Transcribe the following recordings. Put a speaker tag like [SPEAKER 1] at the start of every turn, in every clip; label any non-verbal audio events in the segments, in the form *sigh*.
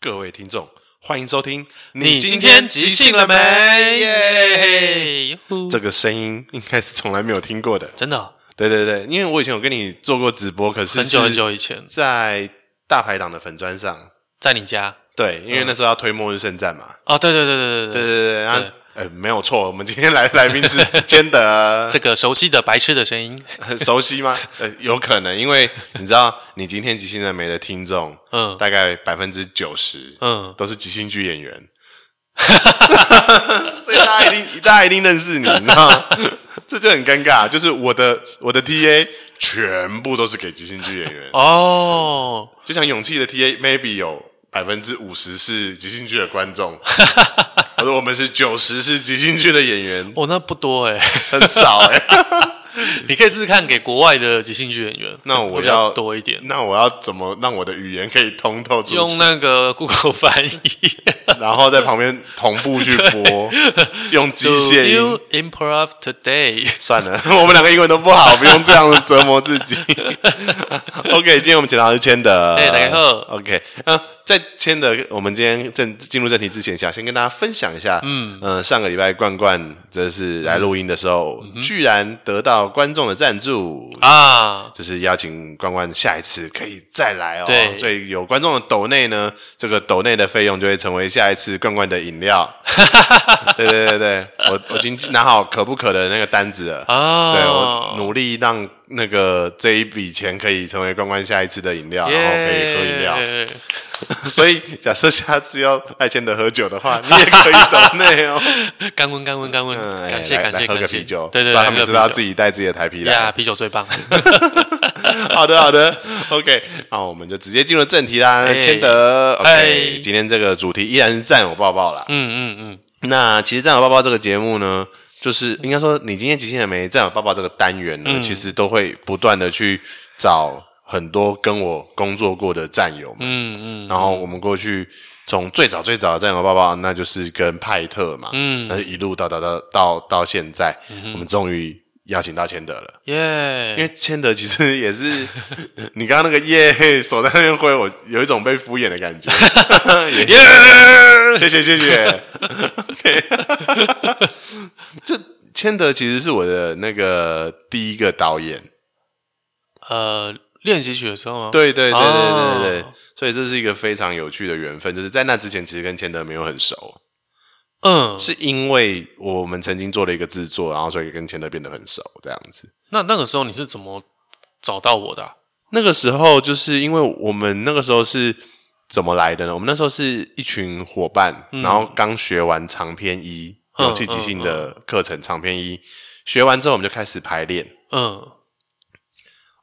[SPEAKER 1] 各位听众，欢迎收听。耶！
[SPEAKER 2] 耶！呼
[SPEAKER 1] 这个声音应该是从来没有听过的。
[SPEAKER 2] 真的哦
[SPEAKER 1] 对对对，因为我以前有跟你做过直播，可是
[SPEAKER 2] 很久
[SPEAKER 1] 是
[SPEAKER 2] 很久以前，
[SPEAKER 1] 在大排档的粉砖上。
[SPEAKER 2] 在你家
[SPEAKER 1] 对，因为那时候要推《末日圣战》嘛。
[SPEAKER 2] 哦，对对对对
[SPEAKER 1] 对
[SPEAKER 2] 对对，
[SPEAKER 1] 对对，然后
[SPEAKER 2] 对
[SPEAKER 1] 呃没有错，我们今天来的来宾是 *laughs* 兼德，
[SPEAKER 2] 这个熟悉的白痴的声音，
[SPEAKER 1] 很 *laughs* 熟悉吗？呃，有可能，因为你知道， *laughs* 你今天即兴的美的听众，
[SPEAKER 2] 嗯
[SPEAKER 1] 大概百分之九十，
[SPEAKER 2] 嗯，
[SPEAKER 1] 都是即兴剧演 *laughs* 员，所以大家一定 *laughs* 大家一定认识你，你知道吗？ *laughs* 这就很尴尬，就是我的我的 TA 全部都是给即兴剧演员，
[SPEAKER 2] 哦，
[SPEAKER 1] 就像勇气的 TA maybe 有百分之五十是即兴剧的观众， *laughs* 我说我们是九十是即兴剧的演员，
[SPEAKER 2] 哦，那不多哎，
[SPEAKER 1] 很少哎、
[SPEAKER 2] *laughs*
[SPEAKER 1] *laughs*
[SPEAKER 2] 你可以试试看给国外的即兴剧演员，
[SPEAKER 1] 那
[SPEAKER 2] 会
[SPEAKER 1] 我
[SPEAKER 2] 比较
[SPEAKER 1] 要
[SPEAKER 2] 多一点，
[SPEAKER 1] 那我要怎么让我的语言可以通透出去
[SPEAKER 2] 用，那个 Google 翻译，
[SPEAKER 1] 然后在旁边同步去
[SPEAKER 2] *laughs*
[SPEAKER 1] 播，用机
[SPEAKER 2] Do
[SPEAKER 1] 械音。
[SPEAKER 2] you improv today？ *laughs*
[SPEAKER 1] 算了， *laughs* 我们两个英文都不好，不用这样折磨自
[SPEAKER 2] *laughs*
[SPEAKER 1] 己。OK，今天我们请到的是千德，
[SPEAKER 2] 哎大家好
[SPEAKER 1] OK，呃，在千德，我们今天正进入正题之前，想先跟大家分享一下，嗯，呃，上个礼拜冠冠就是来录音的时候，
[SPEAKER 2] 嗯
[SPEAKER 1] 居然得到观众的赞助。
[SPEAKER 2] 啊，
[SPEAKER 1] 就是邀请冠冠下一次可以再来哦，
[SPEAKER 2] 对
[SPEAKER 1] 所以有观众的抖内呢，这个抖内的费用就会成为下一次冠冠的饮
[SPEAKER 2] *laughs*
[SPEAKER 1] 料。对对对对，我我已经拿好可不可的那个单子了。
[SPEAKER 2] 哦
[SPEAKER 1] 对我努力让那个这一笔钱可以成为关关下一次的饮料，然后可以喝
[SPEAKER 2] *laughs*
[SPEAKER 1] 饮料。
[SPEAKER 2] 耶
[SPEAKER 1] 所以假设下次要赖千德喝酒的
[SPEAKER 2] *laughs*
[SPEAKER 1] 话，你也可以抖内哦。
[SPEAKER 2] 干温干温干温，
[SPEAKER 1] 嗯，哎
[SPEAKER 2] 感谢
[SPEAKER 1] 来
[SPEAKER 2] 感
[SPEAKER 1] 来
[SPEAKER 2] 谢
[SPEAKER 1] 喝
[SPEAKER 2] 感
[SPEAKER 1] 个
[SPEAKER 2] 谢，
[SPEAKER 1] 啤酒，
[SPEAKER 2] 对对，
[SPEAKER 1] 让
[SPEAKER 2] 来
[SPEAKER 1] 他们
[SPEAKER 2] 喝
[SPEAKER 1] 知道
[SPEAKER 2] 啤酒
[SPEAKER 1] 自己带自己的台啤来。
[SPEAKER 2] 呀，啤酒最棒，
[SPEAKER 1] *laughs* 好的，好的，OK，好，我们就直接进入正题啦。
[SPEAKER 2] 哎
[SPEAKER 1] 千德，OK，
[SPEAKER 2] 哎
[SPEAKER 1] 今天这个主题依然是战友抱抱啦。
[SPEAKER 2] 嗯嗯嗯。
[SPEAKER 1] 那其实《战友抱抱》这个节目呢，就是应该说，你今天即兴了没？《战友抱抱》这个单元呢，
[SPEAKER 2] 嗯
[SPEAKER 1] 其实都会不断的去找很多跟我工作过的战友们，
[SPEAKER 2] 嗯嗯，
[SPEAKER 1] 然后我们过去从最早最早的《战友抱抱》，那就是跟派特嘛，嗯，那一路到到到到到现在，
[SPEAKER 2] 嗯
[SPEAKER 1] 我们终于邀请到千德了。因
[SPEAKER 2] 耶！
[SPEAKER 1] 为千德其实也是你刚刚那个耶手在那边挥，我有一种被敷衍的感 *laughs* 觉。耶，谢谢谢谢。OK，就千德其实是我的那个第一个导演。
[SPEAKER 2] 呃，练习曲的时候吗？
[SPEAKER 1] 对对对对对对
[SPEAKER 2] 哦，
[SPEAKER 1] 所以这是一个非常有趣的缘分。就是在那之前，其实跟千德没有很熟，
[SPEAKER 2] 嗯，
[SPEAKER 1] 是因为我们曾经做了一个制作，然后所以跟千德变得很熟这样子。
[SPEAKER 2] 那那个时候你是怎么找到我的啊、
[SPEAKER 1] 那个时候就是因为我们那个时候是怎么来的呢？我们那时候是一群伙伴，然后刚学完长篇一
[SPEAKER 2] 嗯
[SPEAKER 1] 勇气即兴的课程，长篇一学完之后，我们就开始排练。
[SPEAKER 2] 嗯，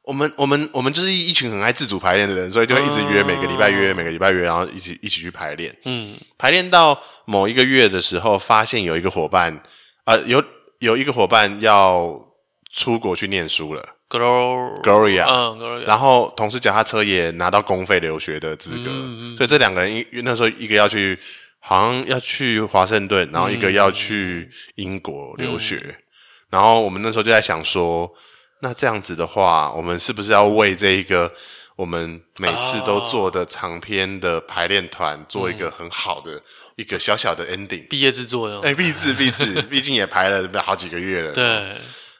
[SPEAKER 1] 我们我们我们就是一群很爱自主排练的人，所以就会一直约，
[SPEAKER 2] 哦
[SPEAKER 1] 每个礼拜约，每个礼拜约，然后一起一起去排练。
[SPEAKER 2] 嗯，
[SPEAKER 1] 排练到某一个月的时候，发现有一个伙伴，呃，有有一个伙伴要出国去念书了
[SPEAKER 2] g l o r
[SPEAKER 1] ，Gloria，
[SPEAKER 2] 嗯 g l o r
[SPEAKER 1] 然后同时脚踏车也拿到公费留学的资格，所以这两个人一那时候一个要去好像要去华盛顿，然后一个要去英国留学，然后我们那时候就在想说，那这样子的话，我们是不是要为这一个我们每次都做的长篇的排练团做一个很好的、一个小小的 ending？
[SPEAKER 2] 毕业制作的，
[SPEAKER 1] 哎，毕志毕志，毕竟也排了好几个月了，
[SPEAKER 2] 对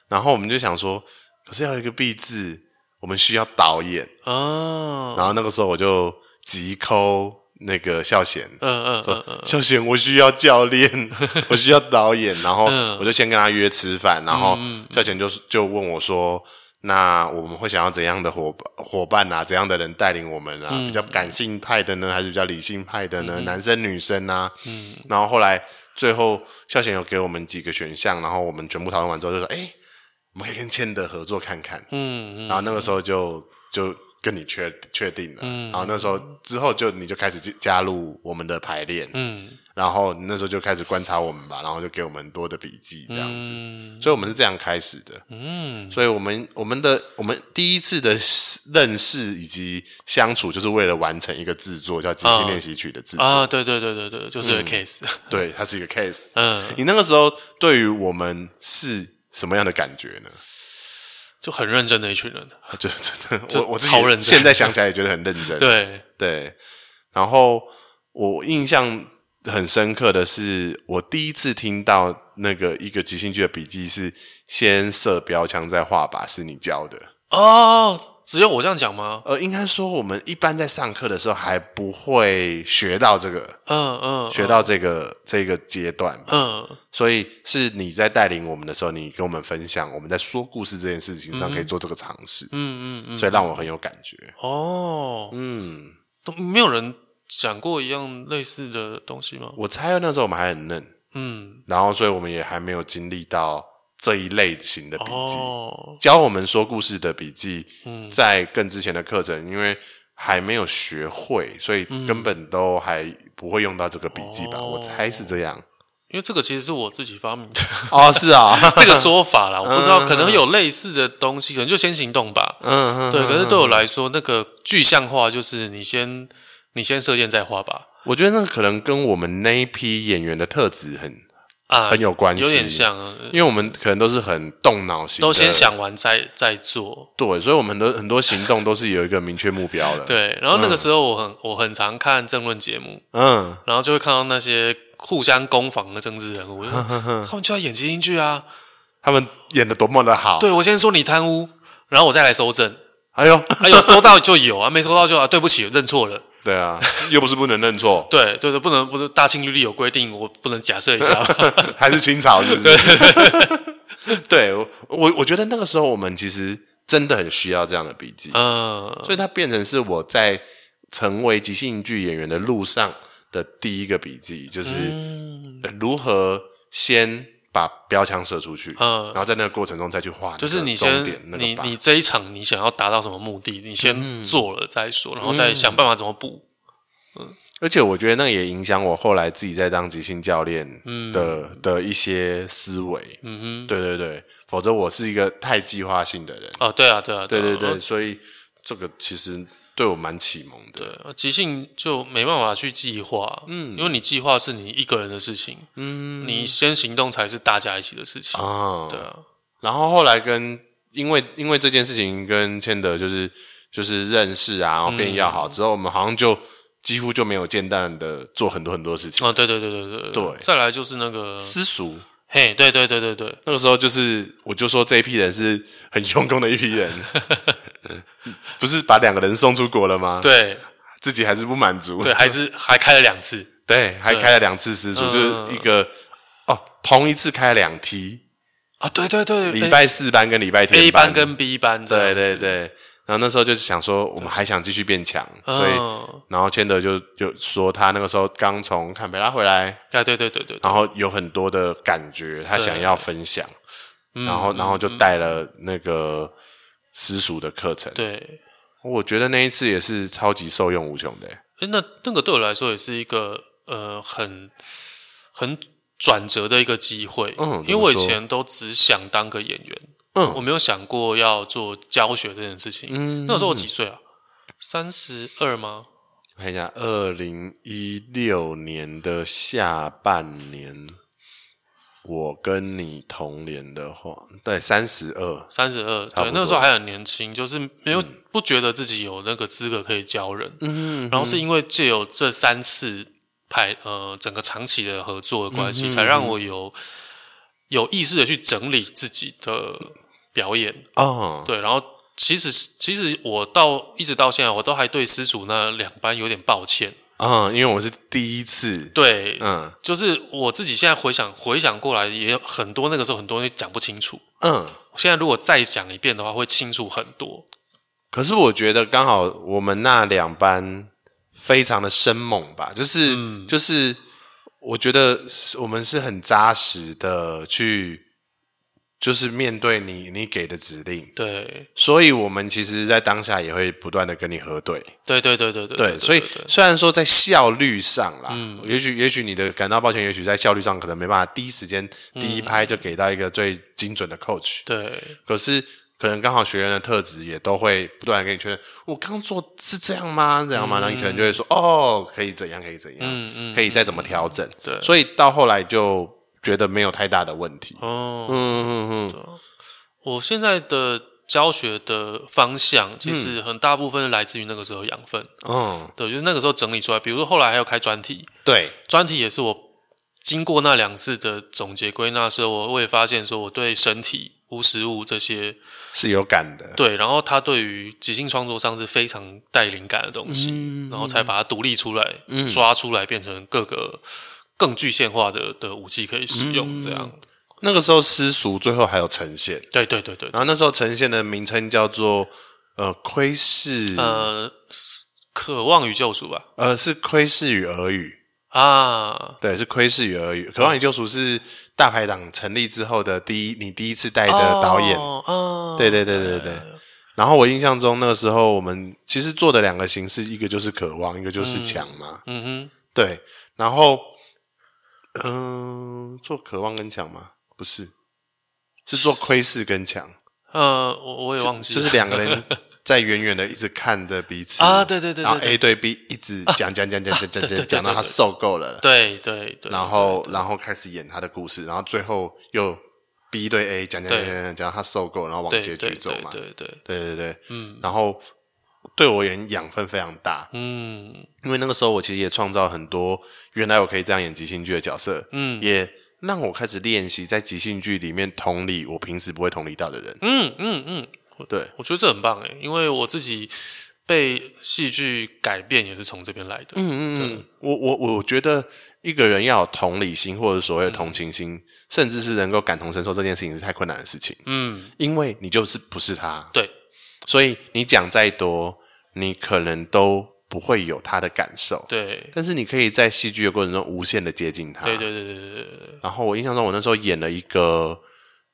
[SPEAKER 1] 然后我们就想说，可是要有一个毕志，我们需要导演。
[SPEAKER 2] 哦，
[SPEAKER 1] 然后那个时候我就急抠那个孝贤，
[SPEAKER 2] 嗯嗯嗯嗯，
[SPEAKER 1] 孝贤，我需要教练，我需要导演。然后
[SPEAKER 2] 嗯
[SPEAKER 1] 我就先跟他约吃饭，然后孝贤就就问我说。那我们会想要怎样的伙伴伙伴啊？怎样的人带领我们啊？比较感性派的呢，还是比较理性派的呢？男生女生啊？嗯。然后后来最后孝贤有给我们几个选项，然后我们全部讨论完之后就说：“哎、我们可以跟千德合作看看。”
[SPEAKER 2] 嗯嗯
[SPEAKER 1] 然后那个时候就就跟你确确定了，
[SPEAKER 2] 嗯
[SPEAKER 1] 然后那时候之后就你就开始加加入我们的排练，
[SPEAKER 2] 嗯
[SPEAKER 1] 然后那时候就开始观察我们吧，然后就给我们很多的笔记这样子，
[SPEAKER 2] 嗯
[SPEAKER 1] 所以我们是这样开始的，
[SPEAKER 2] 嗯，
[SPEAKER 1] 所以我们我们的我们第一次的认识以及相处，就是为了完成一个制作叫《即兴练习曲》的制作，
[SPEAKER 2] 啊，对对对对对，就是个 case，
[SPEAKER 1] 对，它是一个 case。
[SPEAKER 2] 嗯，
[SPEAKER 1] 你那个时候对于我们是什么样的感觉呢？
[SPEAKER 2] 就很认真的一群人，
[SPEAKER 1] 就真的，
[SPEAKER 2] 就
[SPEAKER 1] 我我自己
[SPEAKER 2] 超认真 *laughs*
[SPEAKER 1] 现在想起来也觉得很认真。
[SPEAKER 2] 对，
[SPEAKER 1] 对，然后我印象很深刻的是，我第一次听到那个一个即兴剧的笔记是先射标枪再画靶，是你教的。
[SPEAKER 2] 哦，只有我这样讲吗？
[SPEAKER 1] 呃，应该说我们一般在上课的时候还不会学到这个，
[SPEAKER 2] 嗯嗯
[SPEAKER 1] 学到这个这个阶段吧。
[SPEAKER 2] 嗯，
[SPEAKER 1] 所以是你在带领我们的时候，你跟我们分享我们在说故事这件事情上可以做这个尝试，嗯嗯嗯，所以让我很有感觉，
[SPEAKER 2] 哦，
[SPEAKER 1] 嗯，
[SPEAKER 2] 都没有人讲过一样类似的东西吗？
[SPEAKER 1] 我猜那时候我们还很嫩，
[SPEAKER 2] 嗯，
[SPEAKER 1] 然后所以我们也还没有经历到这一类型的笔记，
[SPEAKER 2] 哦，嗯
[SPEAKER 1] 教我们说故事的笔记，在更之前的课程，因为还没有学会，所以根本都还不会用到这个笔记吧，
[SPEAKER 2] 嗯哦
[SPEAKER 1] 我猜是这
[SPEAKER 2] *laughs*
[SPEAKER 1] 样。
[SPEAKER 2] 因为这个其实是我自己发明的 *laughs*
[SPEAKER 1] 哦，是啊，
[SPEAKER 2] 这个说法啦，我不知道，可
[SPEAKER 1] 嗯
[SPEAKER 2] 能有类似的东西，可能就先行动吧。
[SPEAKER 1] *laughs* 嗯，嗯
[SPEAKER 2] 对，可是对我来说，那个具象化就是你先你先射箭再画吧，
[SPEAKER 1] 我觉得那个可能跟我们那一批演员的特质很
[SPEAKER 2] 啊，
[SPEAKER 1] 很有关系，
[SPEAKER 2] 有点像，呃
[SPEAKER 1] 因为我们可能都是很动脑型的，
[SPEAKER 2] 都先想完再再做。
[SPEAKER 1] 对，所以我们很多很多行动都是有一个明确目标的。，
[SPEAKER 2] *laughs* 对，然后那个时候我很、我很常看政论节目，
[SPEAKER 1] 嗯，
[SPEAKER 2] 然后就会看到那些互相攻防的政治人物，我就
[SPEAKER 1] *laughs*
[SPEAKER 2] 说他们就要演即兴剧啊。
[SPEAKER 1] 他们演的多么的好，，
[SPEAKER 2] 对我先说你贪污，然后我再来收证。
[SPEAKER 1] 哎呦，
[SPEAKER 2] 啊，有收到就有啊，没收到就啊，对不起，认错了。
[SPEAKER 1] 对啊，又不是不能认错，
[SPEAKER 2] 对对对，不能不能，大清律例有规定，我不能假设一下。
[SPEAKER 1] *laughs* 还是清朝，是不是？ *laughs* 对，我我我觉得那个时候我们其实真的很需要这样的笔记，
[SPEAKER 2] 嗯，
[SPEAKER 1] 所以它变成是我在成为即兴剧演员的路上的第一个笔记，就是
[SPEAKER 2] 嗯
[SPEAKER 1] 呃如何先把标枪射出去，
[SPEAKER 2] 嗯
[SPEAKER 1] 然后在那个过程中再去画那个
[SPEAKER 2] 就是你
[SPEAKER 1] 终
[SPEAKER 2] 先
[SPEAKER 1] 点那个嗯
[SPEAKER 2] 你
[SPEAKER 1] 靶
[SPEAKER 2] 你这一场你想要达到什么目的，你先做了再说，然后
[SPEAKER 1] 嗯
[SPEAKER 2] 再想办法怎么补。
[SPEAKER 1] 而且我觉得那也影响我后来自己在当即兴教练的、的一些思维。嗯哼，对对对，否则我是一个太计划性的人。
[SPEAKER 2] 啊，对啊，对啊，
[SPEAKER 1] 对对
[SPEAKER 2] 啊
[SPEAKER 1] 对，所以这个其实对我蛮启蒙的。
[SPEAKER 2] 对，呃即兴就没办法去计划，嗯，因为你计划是你一个人的事情，嗯，你先行动才是大家一起的事情，
[SPEAKER 1] 啊，
[SPEAKER 2] 对啊，
[SPEAKER 1] 然后后来跟因为因为这件事情跟千德就是就是认识啊，然后变要好、之后，我们好像就几乎就没有间断的做很多很多事情。
[SPEAKER 2] 啊，对对对对对
[SPEAKER 1] 对嗯
[SPEAKER 2] 再来就是那个，
[SPEAKER 1] 私塾
[SPEAKER 2] 嘿，对对对对对，
[SPEAKER 1] 那个时候就是，我就说这一批人是很 *laughs* 用功的一批
[SPEAKER 2] *laughs*
[SPEAKER 1] 人，不是把两个人送出国了吗？，
[SPEAKER 2] 对
[SPEAKER 1] 自己还是不满足，
[SPEAKER 2] 对，还是还开了两次，
[SPEAKER 1] 对还开了两次私塾，
[SPEAKER 2] 嗯
[SPEAKER 1] 就是一个哦，同一次开两梯，
[SPEAKER 2] 啊，对对对，
[SPEAKER 1] 礼拜四哎班跟礼拜天
[SPEAKER 2] A 班跟 B 班这
[SPEAKER 1] 对
[SPEAKER 2] 样子，
[SPEAKER 1] 对对，然后那时候就是想说，我们还想继续变强，所以
[SPEAKER 2] 嗯，
[SPEAKER 1] 然后千德就就说他那个时候刚从坎培拉回来，
[SPEAKER 2] 啊，对对对对对，
[SPEAKER 1] 然后有很多的感觉，他想要分享，然后然后就带了那个私塾的课程。
[SPEAKER 2] 对，
[SPEAKER 1] 我觉得那一次也是超级受用无穷的、欸
[SPEAKER 2] 诶那那个对我来说也是一个呃很很转折的一个机会，
[SPEAKER 1] 嗯怎么
[SPEAKER 2] 因为我以
[SPEAKER 1] 说
[SPEAKER 2] 前都只想当个演员，
[SPEAKER 1] 嗯
[SPEAKER 2] 我没有想过要做教学这件事情。
[SPEAKER 1] 嗯
[SPEAKER 2] 那时候我几岁啊？三十二吗？
[SPEAKER 1] 我看一下，二零一六年的下半年，我跟你同年的话，对，三十二，
[SPEAKER 2] 三十二，
[SPEAKER 1] 差不多嗯
[SPEAKER 2] 对，那时候还很年轻，就是没有、不觉得自己有那个资格可以教人。嗯，然后是因为借由这三次排呃整个长期的合作的关
[SPEAKER 1] 嗯
[SPEAKER 2] 系，才让我有有意识的去整理自己的表演。
[SPEAKER 1] 哦，
[SPEAKER 2] 对，然后其实其实我到一直到现在，我都还对师祖那两班有点抱歉。
[SPEAKER 1] 嗯，因为我是第一次，
[SPEAKER 2] 对，
[SPEAKER 1] 嗯
[SPEAKER 2] 就是我自己现在回想回想过来，也有很多那个时候很多东西讲不清楚。
[SPEAKER 1] 嗯，
[SPEAKER 2] 现在如果再讲一遍的话，会清楚很多。
[SPEAKER 1] 可是我觉得刚好我们那两班非常的生猛吧，就是、
[SPEAKER 2] 嗯
[SPEAKER 1] 就是，我觉得是我们是很扎实的去，就是面对你你给的指令，
[SPEAKER 2] 对，
[SPEAKER 1] 所以我们其实，在当下也会不断的跟你核对。
[SPEAKER 2] 对对对对对
[SPEAKER 1] 对，所以
[SPEAKER 2] 对嗯
[SPEAKER 1] 虽然说在效率上啦，也许也许你的感到抱歉，也许在效率上可能没办法第一时间、
[SPEAKER 2] 嗯
[SPEAKER 1] 第一拍就给到一个最精准的 coach，
[SPEAKER 2] 对
[SPEAKER 1] 可是可能刚好学员的特质也都会不断地跟你确认，我刚做是这样吗？这样
[SPEAKER 2] 嗯
[SPEAKER 1] 吗？然后你可能就会说，哦，可以怎样，可以怎样，可以再怎么调整。
[SPEAKER 2] 嗯对
[SPEAKER 1] 所以到后来就
[SPEAKER 2] 嗯
[SPEAKER 1] 觉得没有太大的问题。嗯
[SPEAKER 2] 哦，
[SPEAKER 1] 嗯嗯嗯，
[SPEAKER 2] 我现在的教学的方向，其实很大部分来自于那个时候养分。
[SPEAKER 1] 嗯，
[SPEAKER 2] 对，就是那个时候整理出来。比如说后来还有开专题，
[SPEAKER 1] 对，
[SPEAKER 2] 专题也是我经过那两次的总结归纳之后，我我也发现说我对身体、无实物这些，
[SPEAKER 1] 是有感的。
[SPEAKER 2] 对，然后它对于即兴创作上是非常带灵感的东西，
[SPEAKER 1] 嗯
[SPEAKER 2] 然后才把它独立出来、抓出来，变成各个更具现化的的武器可以使
[SPEAKER 1] 嗯
[SPEAKER 2] 用。这样，
[SPEAKER 1] 那个时候私塾最后还有呈现，
[SPEAKER 2] 对对对对，
[SPEAKER 1] 然后那时候呈现的名称叫做呃窥视，
[SPEAKER 2] 呃，渴望与救赎吧，
[SPEAKER 1] 呃是窥视与俄语，
[SPEAKER 2] 啊，
[SPEAKER 1] 对，是窥视与俄语。渴望与救赎是大排档成立之后的第一，你第一次带的导演，
[SPEAKER 2] 哦，哦
[SPEAKER 1] 对对对对对。然后我印象中那个时候我们其实做的两个形式，一个就是渴望，一个就是强嘛，
[SPEAKER 2] 嗯哼，
[SPEAKER 1] 对。然后，嗯、做渴望跟强吗？不是，是
[SPEAKER 2] *laughs*
[SPEAKER 1] 做窥视跟强。
[SPEAKER 2] 呃，我我也忘记了，
[SPEAKER 1] 就是两个人在远远的一直看着彼此
[SPEAKER 2] 啊对对对对啊
[SPEAKER 1] 然后 A 对 B 一直讲讲讲讲讲讲
[SPEAKER 2] 对对
[SPEAKER 1] 讲讲到
[SPEAKER 2] 对
[SPEAKER 1] 他
[SPEAKER 2] 对
[SPEAKER 1] 受够了，
[SPEAKER 2] *laughs* 对对对，
[SPEAKER 1] 然后然后开始演他的故事，然后最后又 B 对 A 讲讲讲讲讲讲到他受够，然后往
[SPEAKER 2] 对
[SPEAKER 1] 结
[SPEAKER 2] 对
[SPEAKER 1] 局走
[SPEAKER 2] 对
[SPEAKER 1] 嘛，
[SPEAKER 2] 对对，
[SPEAKER 1] 对对对，嗯，然后对我而言养分非常大，
[SPEAKER 2] 嗯
[SPEAKER 1] 因为那个时候我其实也创造很多原来我可以这样演即兴剧的角色，嗯，也让我开始练习在即兴剧里面同理我平时不会同理到的人，
[SPEAKER 2] 嗯嗯嗯，
[SPEAKER 1] 对，
[SPEAKER 2] 我觉得这很棒诶，因为我自己被戏剧改变也是从这边来的，嗯
[SPEAKER 1] 嗯嗯，我我我觉得一个人要有同理心，或者所谓的
[SPEAKER 2] 嗯
[SPEAKER 1] 同情心，甚至是能够感同身受这件事情是太困难的事情，
[SPEAKER 2] 嗯，
[SPEAKER 1] 因为你就是不是他，
[SPEAKER 2] 对
[SPEAKER 1] 所以你讲再多，你可能都不会有他的感受。，
[SPEAKER 2] 对
[SPEAKER 1] 但是你可以在戏剧的过程中无限的接近他。
[SPEAKER 2] 对对对对对对对，
[SPEAKER 1] 然后我印象中，我那时候演了一个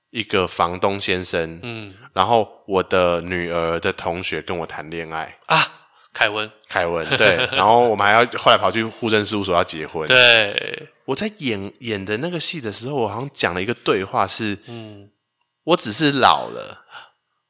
[SPEAKER 1] 一个房东先生，
[SPEAKER 2] 嗯
[SPEAKER 1] 然后我的女儿的同学跟我谈恋爱，
[SPEAKER 2] 啊，凯文，
[SPEAKER 1] 凯
[SPEAKER 2] *laughs*
[SPEAKER 1] 文对，然后我们还要后来跑去户政事务所要结婚，
[SPEAKER 2] 对，
[SPEAKER 1] 我在演演的那个戏的时候，我好像讲了一个对话是，
[SPEAKER 2] 嗯
[SPEAKER 1] 我只是老了，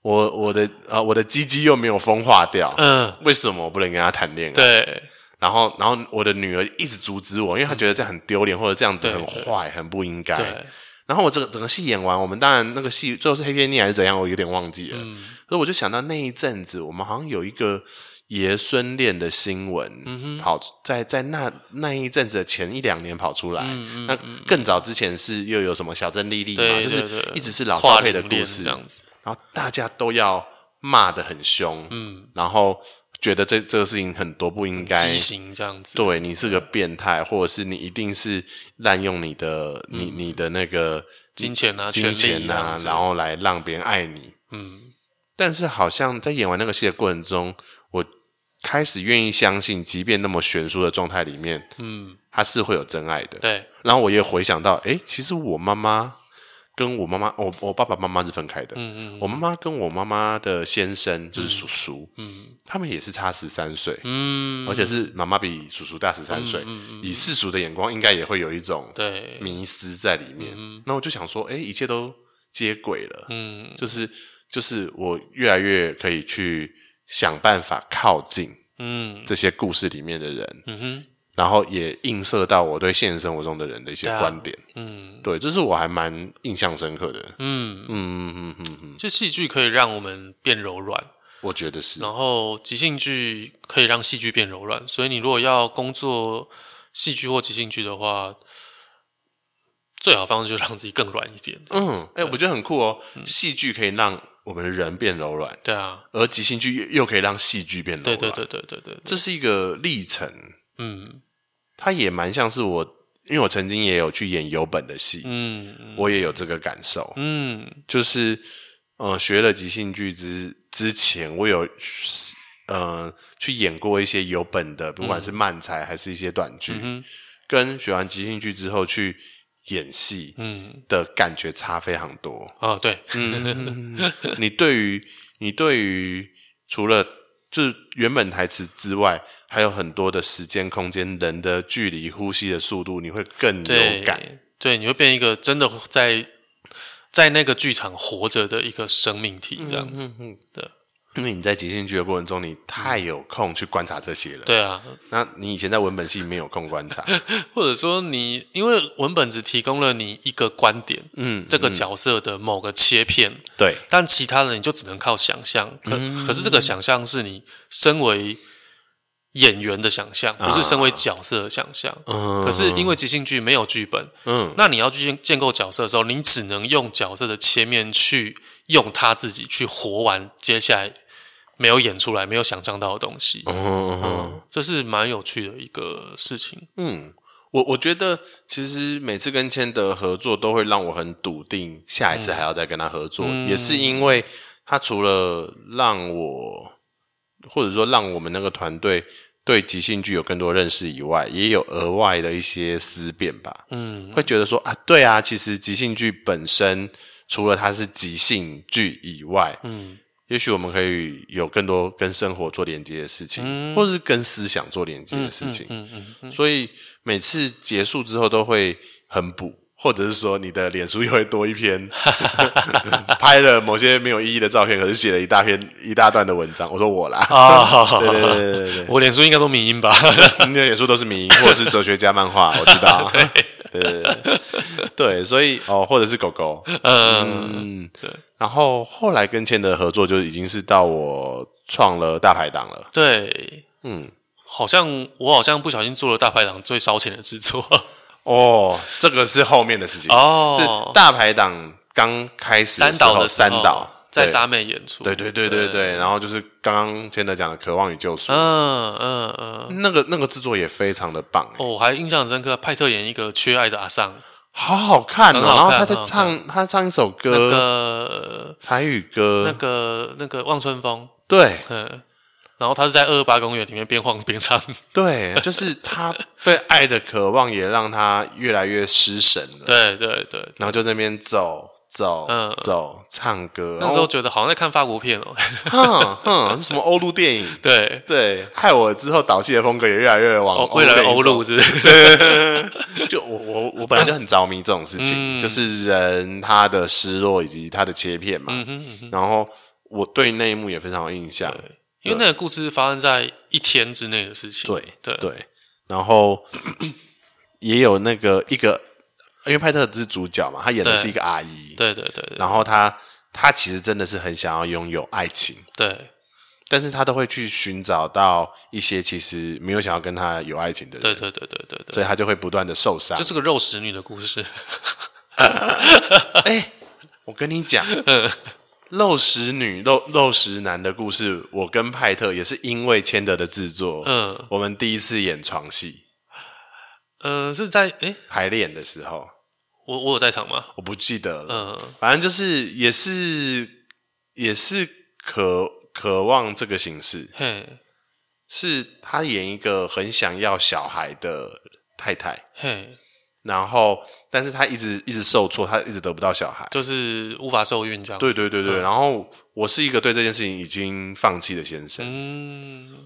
[SPEAKER 1] 我我的呃我的鸡鸡又没有风化掉，
[SPEAKER 2] 嗯，
[SPEAKER 1] 为什么我不能跟他谈恋爱？
[SPEAKER 2] 对
[SPEAKER 1] 然后然后我的女儿一直阻止我，因为她觉得这样很丢脸，或者这样子很坏，很不应该。
[SPEAKER 2] 对，
[SPEAKER 1] 然后我整个整个戏演完，我们当然那个戏最后是黑片逆还是怎样，我有点忘记了。
[SPEAKER 2] 嗯
[SPEAKER 1] 所以我就想到那一阵子，我们好像有一个爷孙恋的新闻，
[SPEAKER 2] 嗯
[SPEAKER 1] 跑在在那那一阵子的前一两年跑出来。
[SPEAKER 2] 嗯
[SPEAKER 1] 那更早之前是又有什么小镇丽丽嘛，
[SPEAKER 2] 对
[SPEAKER 1] 就是
[SPEAKER 2] 对对
[SPEAKER 1] 一直是老
[SPEAKER 2] 跨
[SPEAKER 1] 少配的
[SPEAKER 2] 龄
[SPEAKER 1] 故
[SPEAKER 2] 恋
[SPEAKER 1] 事
[SPEAKER 2] 这样子，
[SPEAKER 1] 然后大家都要骂的很凶，嗯，然后觉得这这个事情很多不应该，
[SPEAKER 2] 畸形这样子，
[SPEAKER 1] 对你是个变态，或者是你一定是滥用你的你你的那个
[SPEAKER 2] 金钱啊
[SPEAKER 1] 金
[SPEAKER 2] 权利
[SPEAKER 1] 钱
[SPEAKER 2] 这样
[SPEAKER 1] 嗯啊，
[SPEAKER 2] 子
[SPEAKER 1] 然后来让别人爱你。嗯，但是好像在演完那个戏的过程中，我开始愿意相信，即便那么悬殊的状态里面，嗯，他是会有真爱的。
[SPEAKER 2] 对，
[SPEAKER 1] 然后我也回想到，诶，其实我妈妈跟我妈妈，我我爸爸妈妈是分开的。嗯嗯，我妈妈跟我妈妈的先生就是叔叔，嗯，他们也是差十三岁，
[SPEAKER 2] 嗯，
[SPEAKER 1] 而且是妈妈比叔叔大十三岁，以世俗的眼光，应该也会有一种
[SPEAKER 2] 对，
[SPEAKER 1] 迷失在里面。那我就想说，哎、一切都接轨了，
[SPEAKER 2] 嗯，
[SPEAKER 1] 就是就是我越来越可以去想办法靠近
[SPEAKER 2] 嗯，
[SPEAKER 1] 这些故事里面的人，
[SPEAKER 2] 嗯哼，
[SPEAKER 1] 然后也映射到我对现实生活中的人的一些
[SPEAKER 2] 对啊
[SPEAKER 1] 观点。
[SPEAKER 2] 嗯
[SPEAKER 1] 对，这是我还蛮印象深刻的。
[SPEAKER 2] 嗯，
[SPEAKER 1] 嗯嗯嗯嗯嗯，
[SPEAKER 2] 这戏剧可以让我们变柔软，
[SPEAKER 1] 我觉得是。
[SPEAKER 2] 然后即兴剧可以让戏剧变柔软，所以你如果要工作戏剧或即兴剧的话，最好方式就是让自己更软一点。
[SPEAKER 1] 嗯，哎、我觉得很酷哦。
[SPEAKER 2] 嗯
[SPEAKER 1] 戏剧可以让我们的人变柔软，
[SPEAKER 2] 对啊，
[SPEAKER 1] 而即兴剧又又可以让戏剧变柔
[SPEAKER 2] 对
[SPEAKER 1] 软。
[SPEAKER 2] 对对对对对，对
[SPEAKER 1] 这是一个历程。
[SPEAKER 2] 嗯
[SPEAKER 1] 它也蛮像是我，因为我曾经也有去演有本的戏，
[SPEAKER 2] 嗯
[SPEAKER 1] 我也有这个感受，
[SPEAKER 2] 嗯
[SPEAKER 1] 就是呃，学了即兴剧之之前，我有呃去演过一些有本的，
[SPEAKER 2] 嗯
[SPEAKER 1] 不管是漫才还是一些短剧，跟学完即兴剧之后去演戏
[SPEAKER 2] 嗯
[SPEAKER 1] 的感觉差非常多。
[SPEAKER 2] 啊，对，
[SPEAKER 1] 嗯你对于你对于除了就是原本台词之外，还有很多的时间、空间、人的距离、呼吸的速度，你会更有感。
[SPEAKER 2] *laughs* 对对，你会变一个真的在在那个剧场活着的一个生命体这样子。
[SPEAKER 1] 嗯嗯，
[SPEAKER 2] 对。
[SPEAKER 1] 因为你在即兴剧的过程中，你太有空去观察这些了。
[SPEAKER 2] 对啊，
[SPEAKER 1] 那你以前在文本系没有空观
[SPEAKER 2] *laughs*
[SPEAKER 1] 察，
[SPEAKER 2] 或者说你因为文本只提供了你一个观点，
[SPEAKER 1] 嗯，
[SPEAKER 2] 这个角色的某个切片，
[SPEAKER 1] 对，
[SPEAKER 2] 但其他的你就只能靠想象。可、
[SPEAKER 1] 嗯
[SPEAKER 2] 可是这个想象是你身为演员的想象，不是身为角色的想象。
[SPEAKER 1] 啊嗯
[SPEAKER 2] 可是因为即兴剧没有剧本，
[SPEAKER 1] 嗯
[SPEAKER 2] 那你要去建建构角色的时候，你只能用角色的切面去用他自己去活完接下来没有演出来、没有想象到的东西。
[SPEAKER 1] 嗯嗯
[SPEAKER 2] 嗯，这是蛮有趣的一个事情。
[SPEAKER 1] 嗯，我我觉得其实每次跟千德合作，都会让我很笃定下一
[SPEAKER 2] 嗯
[SPEAKER 1] 次还要再跟他合作，也是因为他除了让我，或者说让我们那个团队对即兴剧有更多认识以外，也有额外的一些思辨吧。
[SPEAKER 2] 嗯，
[SPEAKER 1] 会觉得说啊，对啊，其实即兴剧本身除了它是即兴剧以外，
[SPEAKER 2] 嗯，
[SPEAKER 1] 也许我们可以有更多跟生活做连接的事情，或者是跟思想做连接的事情。
[SPEAKER 2] 嗯嗯嗯，
[SPEAKER 1] 所以每次结束之后都会很补，或者是说你的脸书又会多一
[SPEAKER 2] *laughs*
[SPEAKER 1] 篇，拍了某些没有意义的照片，可是写了一大篇一大段的文章。我说我啦，*laughs*
[SPEAKER 2] 啊，
[SPEAKER 1] 对对对对 *laughs* 对对。
[SPEAKER 2] 我脸书应该都迷音
[SPEAKER 1] *laughs*
[SPEAKER 2] 吧？
[SPEAKER 1] 你的脸书都是名，或者是哲学家漫画，我知
[SPEAKER 2] *laughs*
[SPEAKER 1] 道。对对对，所以哦，或者是狗狗，
[SPEAKER 2] 嗯，
[SPEAKER 1] 嗯，对。然后后来跟千的合作就已经是到我创了大排档了，
[SPEAKER 2] 对，
[SPEAKER 1] 嗯，
[SPEAKER 2] 好像我好像不小心做了大排档最烧钱的制作。
[SPEAKER 1] 哦，这个是后面的事情，
[SPEAKER 2] 哦
[SPEAKER 1] 是，
[SPEAKER 2] *laughs*
[SPEAKER 1] 大排档刚开始
[SPEAKER 2] 三
[SPEAKER 1] 时
[SPEAKER 2] 岛
[SPEAKER 1] 候，
[SPEAKER 2] 的时
[SPEAKER 1] 三
[SPEAKER 2] 候哦
[SPEAKER 1] 岛
[SPEAKER 2] 在
[SPEAKER 1] 对
[SPEAKER 2] 沙妹演出。
[SPEAKER 1] 对对对对对，然后就是刚刚千德讲的《渴望与救赎》，
[SPEAKER 2] 嗯嗯嗯。
[SPEAKER 1] 那个那个制作也非常的棒，欸
[SPEAKER 2] 哦，我还印象很深刻，派特演一个缺爱的阿桑，
[SPEAKER 1] 好好看哦。
[SPEAKER 2] 很好
[SPEAKER 1] 然后
[SPEAKER 2] 看
[SPEAKER 1] 他在
[SPEAKER 2] 很好
[SPEAKER 1] 唱他唱一首
[SPEAKER 2] 那
[SPEAKER 1] 歌，
[SPEAKER 2] 个
[SPEAKER 1] 台语歌
[SPEAKER 2] 那，个那个望春风，
[SPEAKER 1] 对，
[SPEAKER 2] 嗯，然后他是在二二八公园里面边晃边唱，
[SPEAKER 1] 对，就是他对爱的渴望也让他越来越失神了。
[SPEAKER 2] 对对对，
[SPEAKER 1] 然后就在那边走走、
[SPEAKER 2] 嗯
[SPEAKER 1] 走，唱歌。
[SPEAKER 2] 那时候觉得好像在看法国片哦，
[SPEAKER 1] 然后，哼哼，是什么欧陆电影？
[SPEAKER 2] *laughs* 对，
[SPEAKER 1] 对，害我之后导戏的风格也越来越往
[SPEAKER 2] 哦，未来
[SPEAKER 1] 电影
[SPEAKER 2] 欧陆
[SPEAKER 1] 走。
[SPEAKER 2] 是不是，
[SPEAKER 1] 就我我我本来就很着迷这种事
[SPEAKER 2] 嗯
[SPEAKER 1] 情，就是人他的失落以及他的切片嘛。
[SPEAKER 2] 嗯
[SPEAKER 1] 然后我对那一幕也非常有印象。
[SPEAKER 2] 因为那个故事发生在一天之内的事情，
[SPEAKER 1] 对
[SPEAKER 2] 对
[SPEAKER 1] 对，然后也有那个一个，因为派特是主角嘛，他演的
[SPEAKER 2] 对
[SPEAKER 1] 是一个阿姨，
[SPEAKER 2] 对对对对
[SPEAKER 1] 然后他他其实真的是很想要拥有爱情，
[SPEAKER 2] 对
[SPEAKER 1] 但是他都会去寻找到一些其实没有想要跟他有爱情的人，
[SPEAKER 2] 对对对对对对，
[SPEAKER 1] 所以他就会不断的受伤
[SPEAKER 2] 就。是个肉食女的故事，
[SPEAKER 1] 哎、我跟你
[SPEAKER 2] *laughs*
[SPEAKER 1] 讲。
[SPEAKER 2] 嗯
[SPEAKER 1] 肉食女、肉肉食男的故事，我跟派特也是因为千德的制作，
[SPEAKER 2] 嗯，
[SPEAKER 1] 我们第一次演床戏
[SPEAKER 2] 呃，是在诶，
[SPEAKER 1] 排练的时候，
[SPEAKER 2] 我我有在场吗？
[SPEAKER 1] 我不记得了，
[SPEAKER 2] 嗯
[SPEAKER 1] 反正就是也是也是渴渴望这个形式，
[SPEAKER 2] 嘿
[SPEAKER 1] 是他演一个很想要小孩的太太，
[SPEAKER 2] 嘿，
[SPEAKER 1] 然后但是他一直一直受挫，他一直得不到小孩。
[SPEAKER 2] 就是无法受孕这样，
[SPEAKER 1] 对，对对对，然后我是一个对这件事情已经放弃的先生，
[SPEAKER 2] 嗯，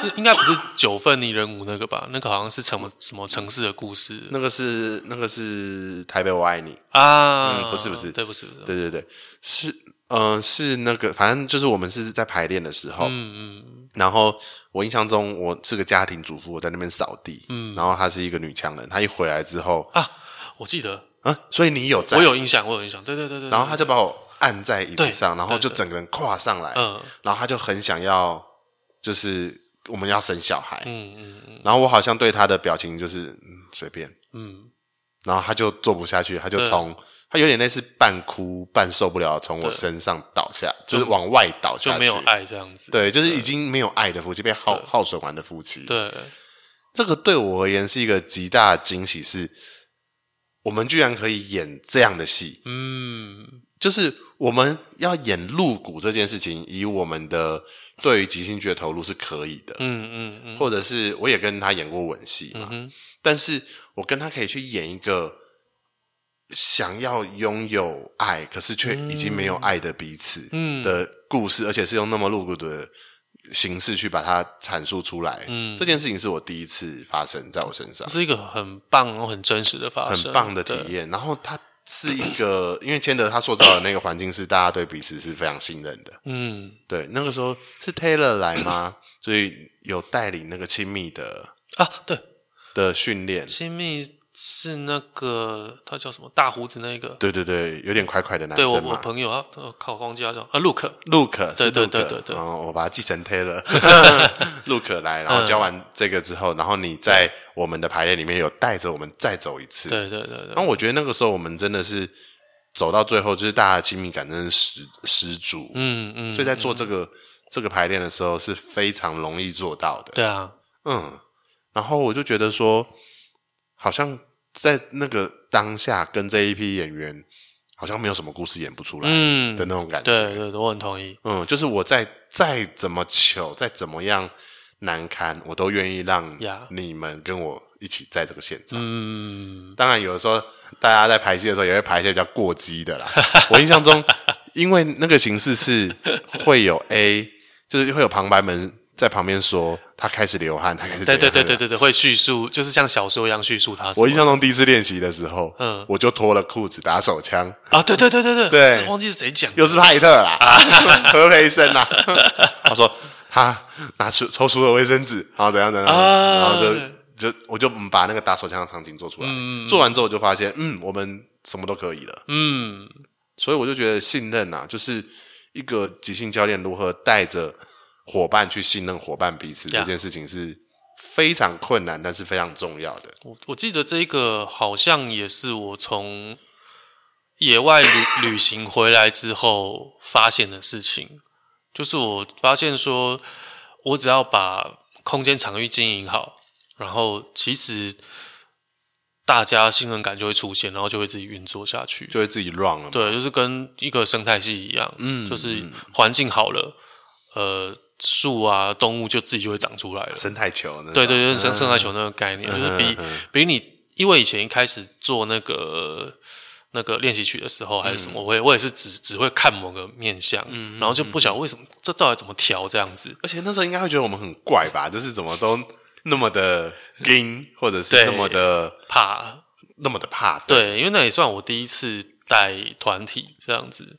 [SPEAKER 2] 是应该不是九份泥人舞那个吧？那个好像是什么什么城市的故事
[SPEAKER 1] 那个是那个是台北我爱你，
[SPEAKER 2] 啊、
[SPEAKER 1] 嗯不是不是
[SPEAKER 2] 对，不是不是，
[SPEAKER 1] 对对对，是嗯、呃是那个，反正就是我们是在排练的时候，
[SPEAKER 2] 嗯嗯
[SPEAKER 1] 然后我印象中，我是个家庭主妇，我在那边扫地，嗯，然后她是一个女强人，她一回来之后，
[SPEAKER 2] 啊，我记得
[SPEAKER 1] 啊，所以你有在，
[SPEAKER 2] 我，有印象，我有印象，对对对对，
[SPEAKER 1] 然后她就把我按在椅子
[SPEAKER 2] 对
[SPEAKER 1] 上，然后
[SPEAKER 2] 对
[SPEAKER 1] 就
[SPEAKER 2] 对
[SPEAKER 1] 整个人跨上来，
[SPEAKER 2] 嗯
[SPEAKER 1] 然后她就很想要，就是我们要生小孩，
[SPEAKER 2] 嗯嗯嗯
[SPEAKER 1] 然后我好像对她的表情就是嗯随便，
[SPEAKER 2] 嗯，
[SPEAKER 1] 然后她就做不下去，她就
[SPEAKER 2] 对
[SPEAKER 1] 从。她有点类似半哭半受不了，从我身上倒下，就是往外倒下
[SPEAKER 2] 就
[SPEAKER 1] 去，
[SPEAKER 2] 没有，爱这样子，
[SPEAKER 1] 对，就是已经没有爱的夫妻，被耗耗损完的夫妻，
[SPEAKER 2] 对
[SPEAKER 1] 这个对我而言是一个极大的惊喜，是我们居然可以演这样的戏。
[SPEAKER 2] 嗯
[SPEAKER 1] 就是我们要演露骨这件事情，以我们的对于即兴剧的投入是可以的，
[SPEAKER 2] 嗯嗯嗯，
[SPEAKER 1] 或者是我也跟他演过吻戏嘛，但是我跟他可以去演一个想要拥有爱，可是却
[SPEAKER 2] 嗯
[SPEAKER 1] 已经没有爱的彼此的故事，而且是用那么露骨的形式去把它阐述出来。嗯，这件事情是我第一次发生在我身上
[SPEAKER 2] 这，是一个很棒、然后很真实的发生，
[SPEAKER 1] 很棒的体
[SPEAKER 2] 对
[SPEAKER 1] 验。然后他是一个，因为千德他塑造的那个环境是大家对彼此是非常信任的。
[SPEAKER 2] 嗯，
[SPEAKER 1] 对，那个时候是 Taylor 来吗？所以有带领那个亲密的
[SPEAKER 2] 啊，对，
[SPEAKER 1] 的训练。
[SPEAKER 2] 亲密是那个他叫什么大胡子那个，
[SPEAKER 1] 对对对，有点快快的男
[SPEAKER 2] 对我
[SPEAKER 1] 生
[SPEAKER 2] 我
[SPEAKER 1] 嘛。
[SPEAKER 2] 朋友啊，呃靠，忘记他叫啊，Look，
[SPEAKER 1] Luke 是
[SPEAKER 2] 对对
[SPEAKER 1] Luke，
[SPEAKER 2] 对对对
[SPEAKER 1] 然后我把它继承
[SPEAKER 2] *laughs*
[SPEAKER 1] Taylor ，Luke 来，
[SPEAKER 2] 嗯
[SPEAKER 1] 然后教完这个之后，然后你在我们的排练里面有带着我们再走一次。
[SPEAKER 2] 对对对对，
[SPEAKER 1] 然后我觉得那个时候我们真的是走到最后，就是大家的亲密感真的十十足。
[SPEAKER 2] 嗯嗯，
[SPEAKER 1] 所以在做这个、这个排练的时候是非常容易做到的。
[SPEAKER 2] 对啊，
[SPEAKER 1] 嗯，然后我就觉得说，好像在那个当下跟这一批演员，好像没有什么故事演不出来
[SPEAKER 2] 嗯，
[SPEAKER 1] 的那种感觉。
[SPEAKER 2] 对对，对我很同意，
[SPEAKER 1] 嗯，就是我再再怎么糗，再怎么样难堪，我都愿意让
[SPEAKER 2] Yeah
[SPEAKER 1] 你们跟我一起在这个现场。
[SPEAKER 2] 嗯，
[SPEAKER 1] 当然，有的时候大家在排戏的时候也会排一些比较过激的啦。 *laughs* 我印象中，因为那个形式
[SPEAKER 2] *laughs*
[SPEAKER 1] 是会有 A，就是会有旁白们在旁边说他开始流汗，他开始
[SPEAKER 2] 对
[SPEAKER 1] 怎
[SPEAKER 2] 对对对
[SPEAKER 1] 样。
[SPEAKER 2] 对对，会叙述，就是像小说一样叙述他什么。
[SPEAKER 1] 我印象中第一次练习的时候，
[SPEAKER 2] 嗯
[SPEAKER 1] 我就脱了裤子打手枪，
[SPEAKER 2] 啊，对对对对对，
[SPEAKER 1] 对
[SPEAKER 2] 是忘记是谁讲的，
[SPEAKER 1] 又是派特啦， *laughs* 何培生啦， *laughs* 他说他拿出抽出了卫生纸，然后怎样怎样，
[SPEAKER 2] 啊
[SPEAKER 1] 然后就就我就嗯把那个打手枪的场景做出来，做完之后我就发现，嗯，我们什么都可以了。
[SPEAKER 2] 嗯，
[SPEAKER 1] 所以我就觉得信任啊，就是一个即兴教练如何带着伙伴去信任伙伴彼此
[SPEAKER 2] Yeah
[SPEAKER 1] 这件事情是非常困难，但是非常重要的。
[SPEAKER 2] 我我记得这个好像也是我从野外旅旅行回来之后发现的事情，就是我发现说，我只要把空间场域经营好，然后其实大家信任感就会出现，然后就会自己运作下去。
[SPEAKER 1] 就会自己 run 了嘛，
[SPEAKER 2] 对，就是跟一个生态系一样，
[SPEAKER 1] 嗯
[SPEAKER 2] 就是环境好了，呃，树啊、动物就自己就会长出来了。
[SPEAKER 1] 生态球呢？
[SPEAKER 2] 对对对，生生态球那个概念，就是比比你，因为以前一开始做那个那个练习曲的时候还是什么，我也我也是只只会看某个面相，然后就不晓得为什么这到底怎么调这样子。
[SPEAKER 1] 而且那时候应该会觉得我们很怪吧，就是怎么都那么的硬，或者是
[SPEAKER 2] 对
[SPEAKER 1] 那么的
[SPEAKER 2] 怕
[SPEAKER 1] 那么的怕，
[SPEAKER 2] 对，因为那也算我第一次带团体这样子，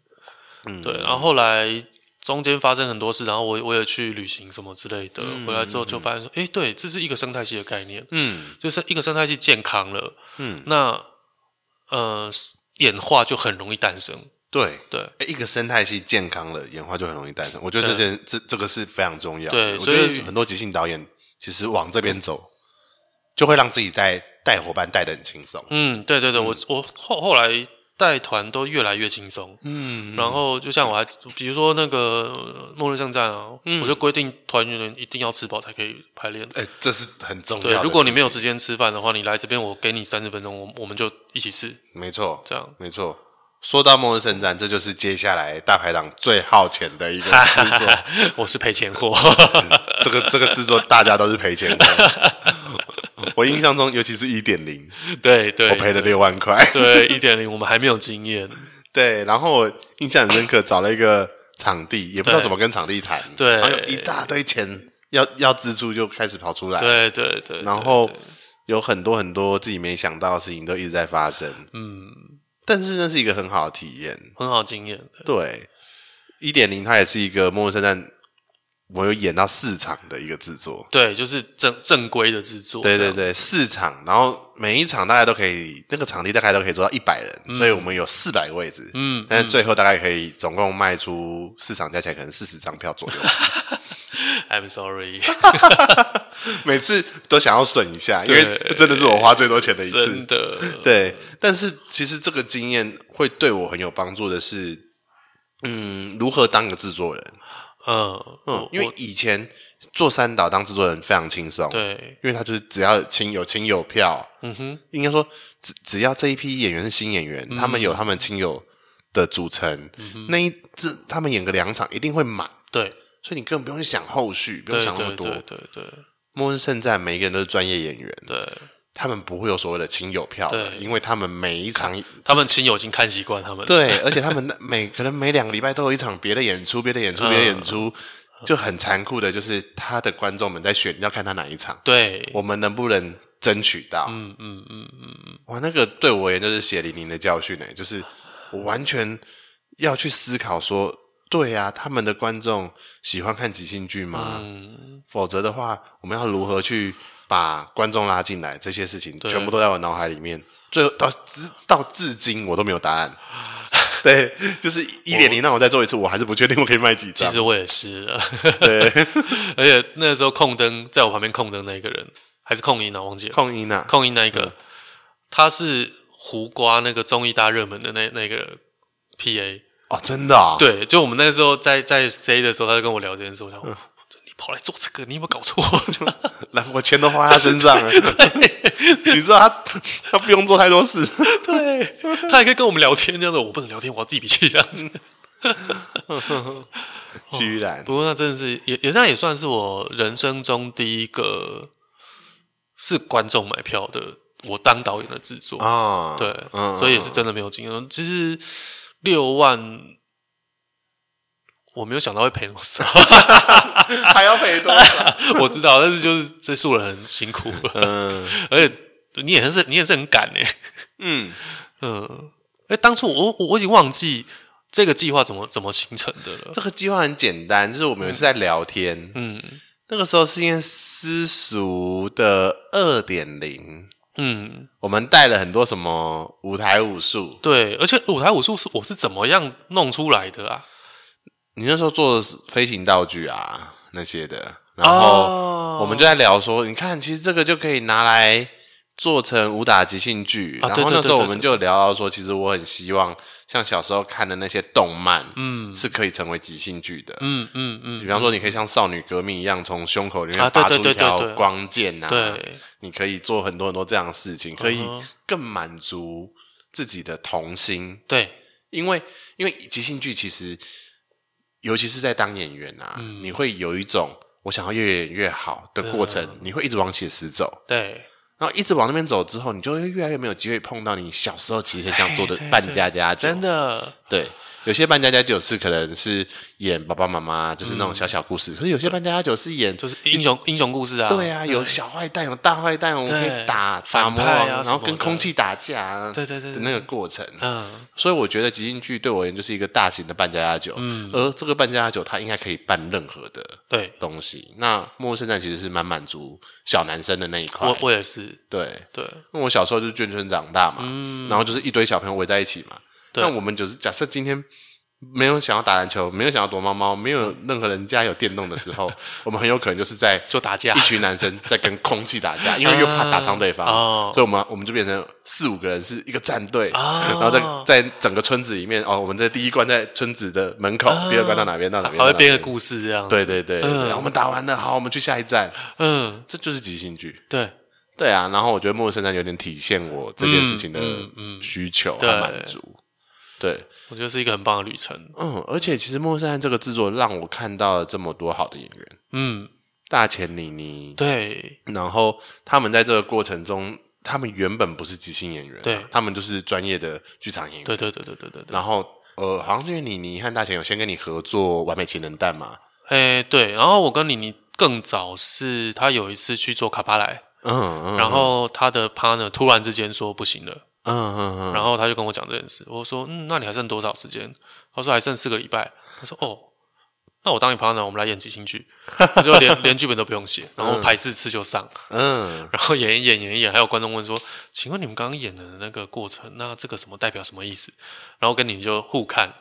[SPEAKER 1] 嗯
[SPEAKER 2] 对。然后后来中间发生很多事，然后我我也去旅行什么之类的，回来之后就发现说，诶，对，这是一个生态系的概念，
[SPEAKER 1] 嗯
[SPEAKER 2] 就是一个生态系健康了，
[SPEAKER 1] 嗯，
[SPEAKER 2] 那呃演化就很容易诞生，
[SPEAKER 1] 对。
[SPEAKER 2] 对
[SPEAKER 1] 欸一个生态系健康了，演化就很容易诞生。我觉得这
[SPEAKER 2] 对
[SPEAKER 1] 些这这个是非常重要的。
[SPEAKER 2] 对
[SPEAKER 1] 我觉
[SPEAKER 2] 所以
[SPEAKER 1] 得很多即兴导演其实往这边走，就会让自己带带伙伴带的很轻松。
[SPEAKER 2] 嗯，对对对，我我后后来带团都越来越轻松，
[SPEAKER 1] 嗯，
[SPEAKER 2] 然后就像我还比如说那个呃末日圣战啊，我就规定团员一定要吃饱才可以排练。
[SPEAKER 1] 嗯哎、这是很重要的
[SPEAKER 2] 对
[SPEAKER 1] 事，情。
[SPEAKER 2] 如果你没有时间吃饭的话，你来这边，我给你三十分钟，我我们就一起吃，
[SPEAKER 1] 没错，*laughs*
[SPEAKER 2] 这样
[SPEAKER 1] 没错。说到末日圣战，这就是接下来大排档最耗钱的
[SPEAKER 2] *laughs*
[SPEAKER 1] 一个制作。 *laughs*
[SPEAKER 2] 我是赔钱货。
[SPEAKER 1] 这个这个制作大家都是赔钱的。我印象中，尤其是一点零，
[SPEAKER 2] *laughs* 对对，
[SPEAKER 1] 我赔了六万
[SPEAKER 2] *laughs*
[SPEAKER 1] 块。
[SPEAKER 2] 对一点零，我们还没有经验。
[SPEAKER 1] 对，然后我印象很深刻，找了一个场地，也不知道
[SPEAKER 2] 对
[SPEAKER 1] 怎么跟场地谈，
[SPEAKER 2] 对
[SPEAKER 1] 然后有一大堆钱要要支出就开始跑出来，
[SPEAKER 2] 对对对，
[SPEAKER 1] 然后有很多很多自己没想到的事情都一直在发生，嗯，但是那是一个很好的体验，
[SPEAKER 2] 很好经验。
[SPEAKER 1] 对，一点零它也是一个《末日圣战》，我有演到四场的一个制作，
[SPEAKER 2] 对，就是正正规的制作。
[SPEAKER 1] 对
[SPEAKER 2] 这
[SPEAKER 1] 对
[SPEAKER 2] 样，
[SPEAKER 1] 对，四场，然后每一场大概都可以，那个场地大概都可以做到一百人，
[SPEAKER 2] 嗯
[SPEAKER 1] 所以我们有四百个位置，嗯，但是最后大概可以总共卖出四场加起来可能四十张票
[SPEAKER 2] *laughs*
[SPEAKER 1] 左右，
[SPEAKER 2] I'm
[SPEAKER 1] *laughs*
[SPEAKER 2] sorry，
[SPEAKER 1] 每次都想要损一下，因为
[SPEAKER 2] 对
[SPEAKER 1] 真的是我花最多钱的一
[SPEAKER 2] 真
[SPEAKER 1] 次，
[SPEAKER 2] 的。
[SPEAKER 1] 对，但是其实这个经验会对我很有帮助的是，嗯，如何当个制作人，
[SPEAKER 2] 嗯
[SPEAKER 1] 嗯
[SPEAKER 2] 嗯，，
[SPEAKER 1] 因为以前做三岛当制作人非常轻松，
[SPEAKER 2] 对，
[SPEAKER 1] 因为他就是只要亲友亲友票，嗯哼，应该说只只要这一批演员是新演员，
[SPEAKER 2] 嗯
[SPEAKER 1] 他们有他们亲友的组成，那一这他们演个两场一定会满，
[SPEAKER 2] 对，
[SPEAKER 1] 所以你根本不用去想后续，不用
[SPEAKER 2] 对
[SPEAKER 1] 想那么
[SPEAKER 2] 对
[SPEAKER 1] 多。
[SPEAKER 2] 对对对
[SPEAKER 1] 末日圣战每一个人都是专业演员，
[SPEAKER 2] 对，
[SPEAKER 1] 他们不会有所谓的亲友票的，
[SPEAKER 2] 对
[SPEAKER 1] 因为他们每一场
[SPEAKER 2] 他们亲友已经看习惯他们
[SPEAKER 1] *laughs*
[SPEAKER 2] 了。
[SPEAKER 1] 对，而且他们那每可能每两个礼拜都有一场别的演出，别的演出，别的演
[SPEAKER 2] 嗯
[SPEAKER 1] 出。就很残酷的，就是他的观众们在选要看他哪一场，
[SPEAKER 2] 对
[SPEAKER 1] 我们能不能争取到。嗯嗯嗯嗯嗯，哇，那个对我而言就是血淋淋的教训呢、欸就是我完全要去思考说，对呀、他们的观众喜欢看即兴剧吗？否则的话，我们要如何去把观众拉进来？这些事情全部都在我脑海里面，最后到至到至今我都没有答案。 *laughs* 对，就是一点零让我再做一次，我还是不确定我可以卖几
[SPEAKER 2] 其
[SPEAKER 1] 张。
[SPEAKER 2] 实我也是了，
[SPEAKER 1] 对，
[SPEAKER 2] *laughs* 而且那时候控灯在我旁边控灯那一个人还是控音啊，忘记了
[SPEAKER 1] 控音啊，
[SPEAKER 2] 控音那一个，他是胡瓜那个综艺大热门的那那个 P A，
[SPEAKER 1] 哦，真的啊、哦，
[SPEAKER 2] 对，就我们那时候在在 C 的时候，他就跟我聊这件事，我想
[SPEAKER 1] 嗯
[SPEAKER 2] 哇你跑来做这个，你有没有搞错？
[SPEAKER 1] 来，我钱都花在他身上 *laughs* 了。你知道他他不用做太多事，
[SPEAKER 2] 对， *laughs* 他还可以跟我们聊天，这样子我不能聊天，我要自己笔记这样
[SPEAKER 1] 嗯
[SPEAKER 2] 子。
[SPEAKER 1] 居然
[SPEAKER 2] *laughs* 不过那真的是也也那也算是我人生中第一个是观众买票的，我当导演的制作。
[SPEAKER 1] 啊，
[SPEAKER 2] 对，
[SPEAKER 1] 嗯
[SPEAKER 2] 所以也是真的没有经验。其实六万，我没有想到会赔那么少， *laughs*
[SPEAKER 1] 还要赔多少？
[SPEAKER 2] 我知道，但是就是这素人很辛苦，
[SPEAKER 1] *laughs* 嗯
[SPEAKER 2] *laughs* 而且你也是你也是很赶哎、
[SPEAKER 1] 嗯，
[SPEAKER 2] 嗯，哎、当初我我我已经忘记这个计划怎么怎么形成的了，
[SPEAKER 1] 这个计划很简单，就是我们有一次在聊天，
[SPEAKER 2] 嗯
[SPEAKER 1] 那个时候是因为私塾的二点零，
[SPEAKER 2] 嗯，
[SPEAKER 1] 我们带了很多什么舞台武术，
[SPEAKER 2] 对，而且舞台武术是我是怎么样弄出来的啊？
[SPEAKER 1] 你那时候做的是飞行道具啊那些的，然后
[SPEAKER 2] 哦
[SPEAKER 1] 我们就在聊说，你看，其实这个就可以拿来做成武打即兴剧。
[SPEAKER 2] 啊
[SPEAKER 1] 然
[SPEAKER 2] 对
[SPEAKER 1] 后
[SPEAKER 2] 对
[SPEAKER 1] 那时候
[SPEAKER 2] 对
[SPEAKER 1] 我们就聊到说，其实我很希望像小时候看的那些动漫，嗯，是可以成为即兴剧的。
[SPEAKER 2] 嗯嗯嗯，
[SPEAKER 1] 比方说，你可以像少女革命一样，从胸口里
[SPEAKER 2] 啊
[SPEAKER 1] 面
[SPEAKER 2] 对
[SPEAKER 1] 拔出
[SPEAKER 2] 对对
[SPEAKER 1] 一条
[SPEAKER 2] 对对
[SPEAKER 1] 光剑呐、啊
[SPEAKER 2] 对，
[SPEAKER 1] 你可以做很多很多这样的事情，可以
[SPEAKER 2] 嗯哼
[SPEAKER 1] 更满足自己的童心。
[SPEAKER 2] 对，
[SPEAKER 1] 因为因为即兴剧其实，尤其是在当演员啊，
[SPEAKER 2] 嗯
[SPEAKER 1] 你会有一种我想要越演越好的过程，
[SPEAKER 2] 啊
[SPEAKER 1] 你会一直往写实走，
[SPEAKER 2] 对，
[SPEAKER 1] 然后一直往那边走之后，你就会越来越没有机会碰到你小时候其实很想做的
[SPEAKER 2] 对对
[SPEAKER 1] 扮家家酒。
[SPEAKER 2] 真的，
[SPEAKER 1] 对，有些扮家家酒是可能是演爸爸妈妈，就是那种小小故
[SPEAKER 2] 嗯
[SPEAKER 1] 事，可是有些扮家家酒是演
[SPEAKER 2] 就是英雄英雄故事啊，
[SPEAKER 1] 对啊，有小坏蛋，有大坏蛋，我们可以
[SPEAKER 2] 对
[SPEAKER 1] 打打
[SPEAKER 2] 反
[SPEAKER 1] 魔
[SPEAKER 2] 派啊
[SPEAKER 1] 王，然
[SPEAKER 2] 什
[SPEAKER 1] 后
[SPEAKER 2] 么
[SPEAKER 1] 跟
[SPEAKER 2] 的
[SPEAKER 1] 空气打架啊，
[SPEAKER 2] 对对对
[SPEAKER 1] 的
[SPEAKER 2] 对
[SPEAKER 1] 那个过程。啊
[SPEAKER 2] 嗯，
[SPEAKER 1] 所以我觉得即兴剧对我而言就是一个大型的扮家家酒，
[SPEAKER 2] 嗯
[SPEAKER 1] 而这个扮家家酒它应该可以办任何的
[SPEAKER 2] 对
[SPEAKER 1] 东西。那《末日圣战》其实是蛮满足小男生的那一块
[SPEAKER 2] 我，我也是，
[SPEAKER 1] 对，
[SPEAKER 2] 对，
[SPEAKER 1] 因为我小时候就是眷村长大嘛，然后就是一堆小朋友围在一起嘛。
[SPEAKER 2] 嗯对
[SPEAKER 1] 那我们就是假设今天没有想要打篮球，没有想要躲猫猫，没有任何人家有电动的时
[SPEAKER 2] *laughs*
[SPEAKER 1] 候，我们很有可能就是在
[SPEAKER 2] 就打架
[SPEAKER 1] 一群男生在跟空气打架，因为又怕打伤对方，
[SPEAKER 2] 啊哦
[SPEAKER 1] 所以我们我们就变成四五个人是一个战队，然后在在整个村子里面哦，我们在第一关在村子的门口，第二关到哪边到哪边，
[SPEAKER 2] 哦还会
[SPEAKER 1] 到哪
[SPEAKER 2] 编
[SPEAKER 1] 边
[SPEAKER 2] 个，故事嗯这样，，
[SPEAKER 1] 对对对，对然后我们打完了，好，我们去下一站，
[SPEAKER 2] 嗯，
[SPEAKER 1] 这就是即兴剧。
[SPEAKER 2] 对，
[SPEAKER 1] 对啊，然后我觉得《陌生人》有点体现我这件事情的需求和
[SPEAKER 2] 嗯对
[SPEAKER 1] 满足。对，
[SPEAKER 2] 我觉得是一个很棒的旅程，
[SPEAKER 1] 嗯，而且其实《陌生人》这个制作让我看到了这么多好的演员，
[SPEAKER 2] 嗯，
[SPEAKER 1] 大前妮妮，
[SPEAKER 2] 对，
[SPEAKER 1] 然后他们在这个过程中，他们原本不是即兴演员啊、
[SPEAKER 2] 对
[SPEAKER 1] 他们就是专业的剧场演员。
[SPEAKER 2] 对对对对对对对，
[SPEAKER 1] 然后呃，好像是因为妮妮和大前有先跟你合作《完美情人蛋》嘛，
[SPEAKER 2] 哎，对，然后我跟李妮更早是他有一次去做卡巴莱，
[SPEAKER 1] 嗯嗯
[SPEAKER 2] 然后他的 partner 突然之间说不行了，
[SPEAKER 1] 嗯嗯嗯，
[SPEAKER 2] 然后他就跟我讲这件事，我说嗯，那你还剩多少时间？他说还剩四个礼拜，他说哦。那我当你 partner，我们来演即兴剧，我就连连剧本都不用写，然后排四次就上，
[SPEAKER 1] 嗯
[SPEAKER 2] 然后演一演演一演，还有观众问说：“请问你们刚刚演的那个过程，那这个什么代表什么意思？”然后跟你就互看，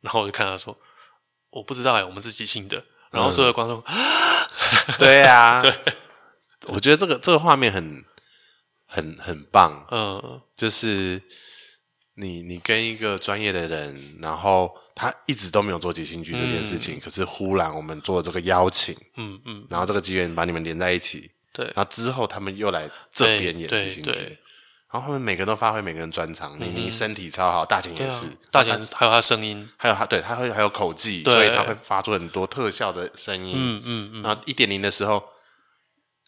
[SPEAKER 2] 然后我就看他说：“我不知道哎、我们是即兴的。”然
[SPEAKER 1] 嗯
[SPEAKER 2] 后所有的观众、
[SPEAKER 1] 对
[SPEAKER 2] *laughs*
[SPEAKER 1] 啊，对，我觉得这个这个画面很很很棒，
[SPEAKER 2] 嗯，
[SPEAKER 1] 就是你你跟一个专业的人，然后他一直都没有做即兴剧这件事情，可是忽然我们做了这个邀请，
[SPEAKER 2] 嗯嗯，
[SPEAKER 1] 然后这个机缘把你们连在一起，
[SPEAKER 2] 对
[SPEAKER 1] 然后之后他们又来这
[SPEAKER 2] 对
[SPEAKER 1] 边演即
[SPEAKER 2] 对
[SPEAKER 1] 兴剧
[SPEAKER 2] 对，嗯
[SPEAKER 1] 然后他们每个人都发挥每个人专长，你你身体超好，大钱
[SPEAKER 2] 对
[SPEAKER 1] 也
[SPEAKER 2] 啊
[SPEAKER 1] 是，，
[SPEAKER 2] 大前还有他声音，
[SPEAKER 1] 还有他对他会还有口技，
[SPEAKER 2] 对
[SPEAKER 1] 所以他会发出很多特效的声音，嗯嗯嗯，然后一点零的时候，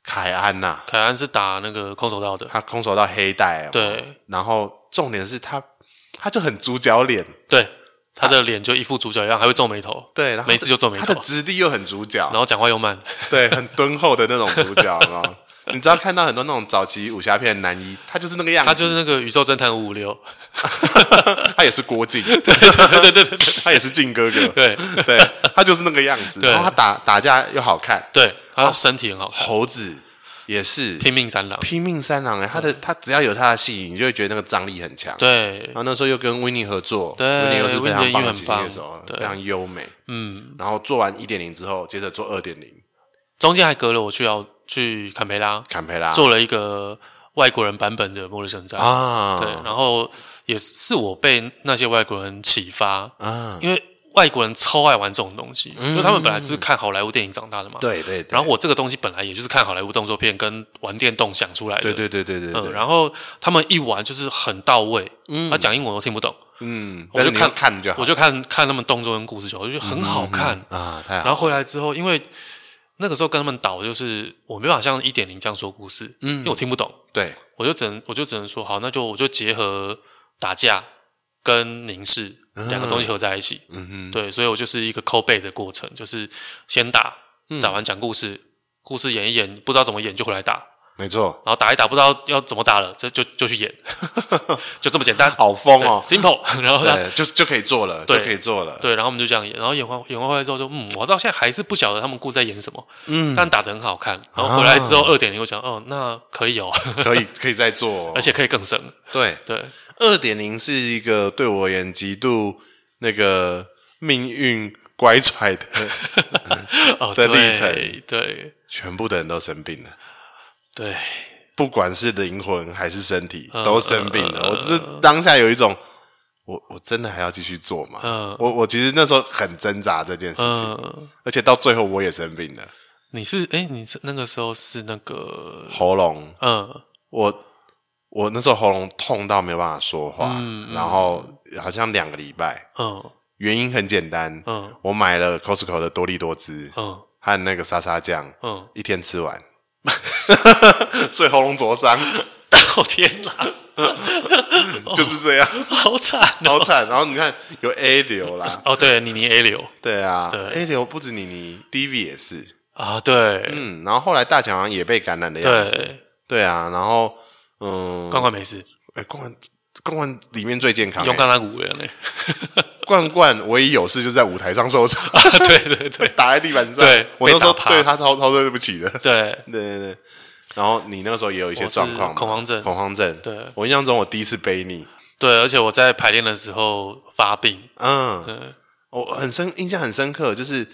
[SPEAKER 1] 凯安呐、
[SPEAKER 2] 凯安是打那个空手道的，
[SPEAKER 1] 他空手道黑带、哦，
[SPEAKER 2] 对，
[SPEAKER 1] 然后重点是他他就很猪脚脸，
[SPEAKER 2] 对，他的脸就一副主角一样，还会皱眉头，
[SPEAKER 1] 对，然后
[SPEAKER 2] 每次就皱眉
[SPEAKER 1] 他
[SPEAKER 2] 头
[SPEAKER 1] 的，质地又很主角
[SPEAKER 2] 嗯然，后讲话又慢， *laughs*
[SPEAKER 1] 对，很敦厚的那种主角，然后你知道看到很多那种早期武侠片的男一，他就是那个样子，
[SPEAKER 2] 他就是那个宇宙侦探五五六，
[SPEAKER 1] *laughs* 他也是郭靖，
[SPEAKER 2] *laughs* 对对对对对
[SPEAKER 1] 他也是靖哥哥，
[SPEAKER 2] *laughs* 对
[SPEAKER 1] 对，他就是那个样子。
[SPEAKER 2] 对
[SPEAKER 1] 然后他打打架又好看，
[SPEAKER 2] 对，他身体很好看，
[SPEAKER 1] 猴子也是
[SPEAKER 2] 拼命三郎，
[SPEAKER 1] 拼命三郎哎、他的他只要有他的戏，你就会觉得那个张力很强。
[SPEAKER 2] 对
[SPEAKER 1] 然，后那时候又跟维尼合作，
[SPEAKER 2] 对
[SPEAKER 1] 维尼又是非常棒的
[SPEAKER 2] 维尼的音乐很
[SPEAKER 1] 吉
[SPEAKER 2] 棒
[SPEAKER 1] 他手，
[SPEAKER 2] 对
[SPEAKER 1] 非常优美。
[SPEAKER 2] 嗯，
[SPEAKER 1] 然后做完一点零之后，接着做二点零，
[SPEAKER 2] 中间还隔了我去要去坎培拉
[SPEAKER 1] 坎培拉
[SPEAKER 2] 做了一个外国人版本的《末日圣战》，
[SPEAKER 1] 啊，
[SPEAKER 2] 对，然后也是是我被那些外国人启发，
[SPEAKER 1] 啊，
[SPEAKER 2] 因为外国人超爱玩这种东西，所以他们本来就是看好莱坞电影长大的嘛。。
[SPEAKER 1] 对对，对
[SPEAKER 2] 然后我这个东西本来也就是看好莱坞动作片跟玩电动想出来的。
[SPEAKER 1] 对对对对对
[SPEAKER 2] 嗯，
[SPEAKER 1] 对，
[SPEAKER 2] 然后他们一玩就是很到位，他讲英文我都听不懂，
[SPEAKER 1] 嗯，
[SPEAKER 2] 我
[SPEAKER 1] 但
[SPEAKER 2] 就是看
[SPEAKER 1] 看看就好
[SPEAKER 2] 我就看看他们动作跟故事球，我就觉得很好看。
[SPEAKER 1] 啊，太好
[SPEAKER 2] 然后回来之后，因为那个时候跟他们导，就是我没办法像一点零这样说故事，
[SPEAKER 1] 嗯
[SPEAKER 2] 因为我听不懂，
[SPEAKER 1] 对，
[SPEAKER 2] 我就只能我就只能说好，那就我就结合打架跟凝视两个东西合在一起。
[SPEAKER 1] 嗯
[SPEAKER 2] 对，所以我就是一个抠背的过程，就是先打，
[SPEAKER 1] 嗯
[SPEAKER 2] 打完讲故事，故事演一演，不知道怎么演就回来打，
[SPEAKER 1] 哼，没错，
[SPEAKER 2] 然后打一打不知道要怎么打了，这就就去演， *laughs* 就这么简单。
[SPEAKER 1] 好疯
[SPEAKER 2] 对
[SPEAKER 1] 哦，
[SPEAKER 2] ，simple。然后 *laughs* 他
[SPEAKER 1] 对，就就可以做了，就
[SPEAKER 2] 对
[SPEAKER 1] 可以做了，
[SPEAKER 2] 对，然后我们就这样演，然后演完演完回来之后就嗯，我到现在还是不晓得他们故事在演什么，嗯，但打得很好看。然后回来之后二点零，我想哦，那可以
[SPEAKER 1] *laughs*
[SPEAKER 2] 哦， *laughs*
[SPEAKER 1] 可以可以再做哦，
[SPEAKER 2] 而且可以更深。
[SPEAKER 1] 对，
[SPEAKER 2] 对，
[SPEAKER 1] *laughs* 二点零是一个对我而言极度那个命运乖舛的， *laughs*
[SPEAKER 2] 哦，
[SPEAKER 1] 的
[SPEAKER 2] 对
[SPEAKER 1] 历程
[SPEAKER 2] 对
[SPEAKER 1] 全部的人都生病了。
[SPEAKER 2] 对，
[SPEAKER 1] 不管是灵魂还是身体，
[SPEAKER 2] 嗯
[SPEAKER 1] 都生病了。我只是当下有一种，我我真的还要继续做吗？
[SPEAKER 2] 嗯
[SPEAKER 1] 我我其实那时候很挣扎这件事情，
[SPEAKER 2] 嗯，
[SPEAKER 1] 而且到最后我也生病了，
[SPEAKER 2] 你是哎，你是那个时候是那个
[SPEAKER 1] 喉咙，
[SPEAKER 2] 嗯
[SPEAKER 1] 我我那时候喉咙痛到没有办法说话，然后好像两个礼拜，
[SPEAKER 2] 嗯
[SPEAKER 1] 原因很简单，
[SPEAKER 2] 嗯
[SPEAKER 1] 我买了 Costco 的多利多汁
[SPEAKER 2] 嗯
[SPEAKER 1] 和那个沙沙酱，
[SPEAKER 2] 嗯， *laughs*
[SPEAKER 1] 一天吃完，所以喉咙灼伤
[SPEAKER 2] 哦天哪，哦
[SPEAKER 1] 就是这样。
[SPEAKER 2] *laughs* 好惨
[SPEAKER 1] 好
[SPEAKER 2] 哦！
[SPEAKER 1] 惨。然后你看有 A 流啦，
[SPEAKER 2] 哦，对，你你 A 流
[SPEAKER 1] 对啊
[SPEAKER 2] *laughs* 对
[SPEAKER 1] ，A 流不止你，你 DV 也是，
[SPEAKER 2] 啊，对
[SPEAKER 1] 嗯，然后后来大强好像也被感染的样子，
[SPEAKER 2] 对，
[SPEAKER 1] 对啊，然后嗯，
[SPEAKER 2] 罐罐没事，
[SPEAKER 1] 哎，冠冠冠冠里面最健康、
[SPEAKER 2] 用
[SPEAKER 1] 欸，
[SPEAKER 2] 刚拉骨
[SPEAKER 1] *laughs*
[SPEAKER 2] 人嘞，
[SPEAKER 1] 冠冠唯一有事就是在舞台上受伤， *laughs*
[SPEAKER 2] 对对对
[SPEAKER 1] 打在地板上，
[SPEAKER 2] 对
[SPEAKER 1] 我那时候
[SPEAKER 2] 被打趴
[SPEAKER 1] 对他超超对不起的，
[SPEAKER 2] 对，
[SPEAKER 1] 对对对。然后你那个时候也有一些
[SPEAKER 2] 我是
[SPEAKER 1] 状况嘛，
[SPEAKER 2] 恐慌症
[SPEAKER 1] 恐慌症。
[SPEAKER 2] 对
[SPEAKER 1] 我印象中，我第一次背你，
[SPEAKER 2] 对，而且我在排练的时候发病，
[SPEAKER 1] 嗯，
[SPEAKER 2] 对，
[SPEAKER 1] 我很深印象很深刻，就是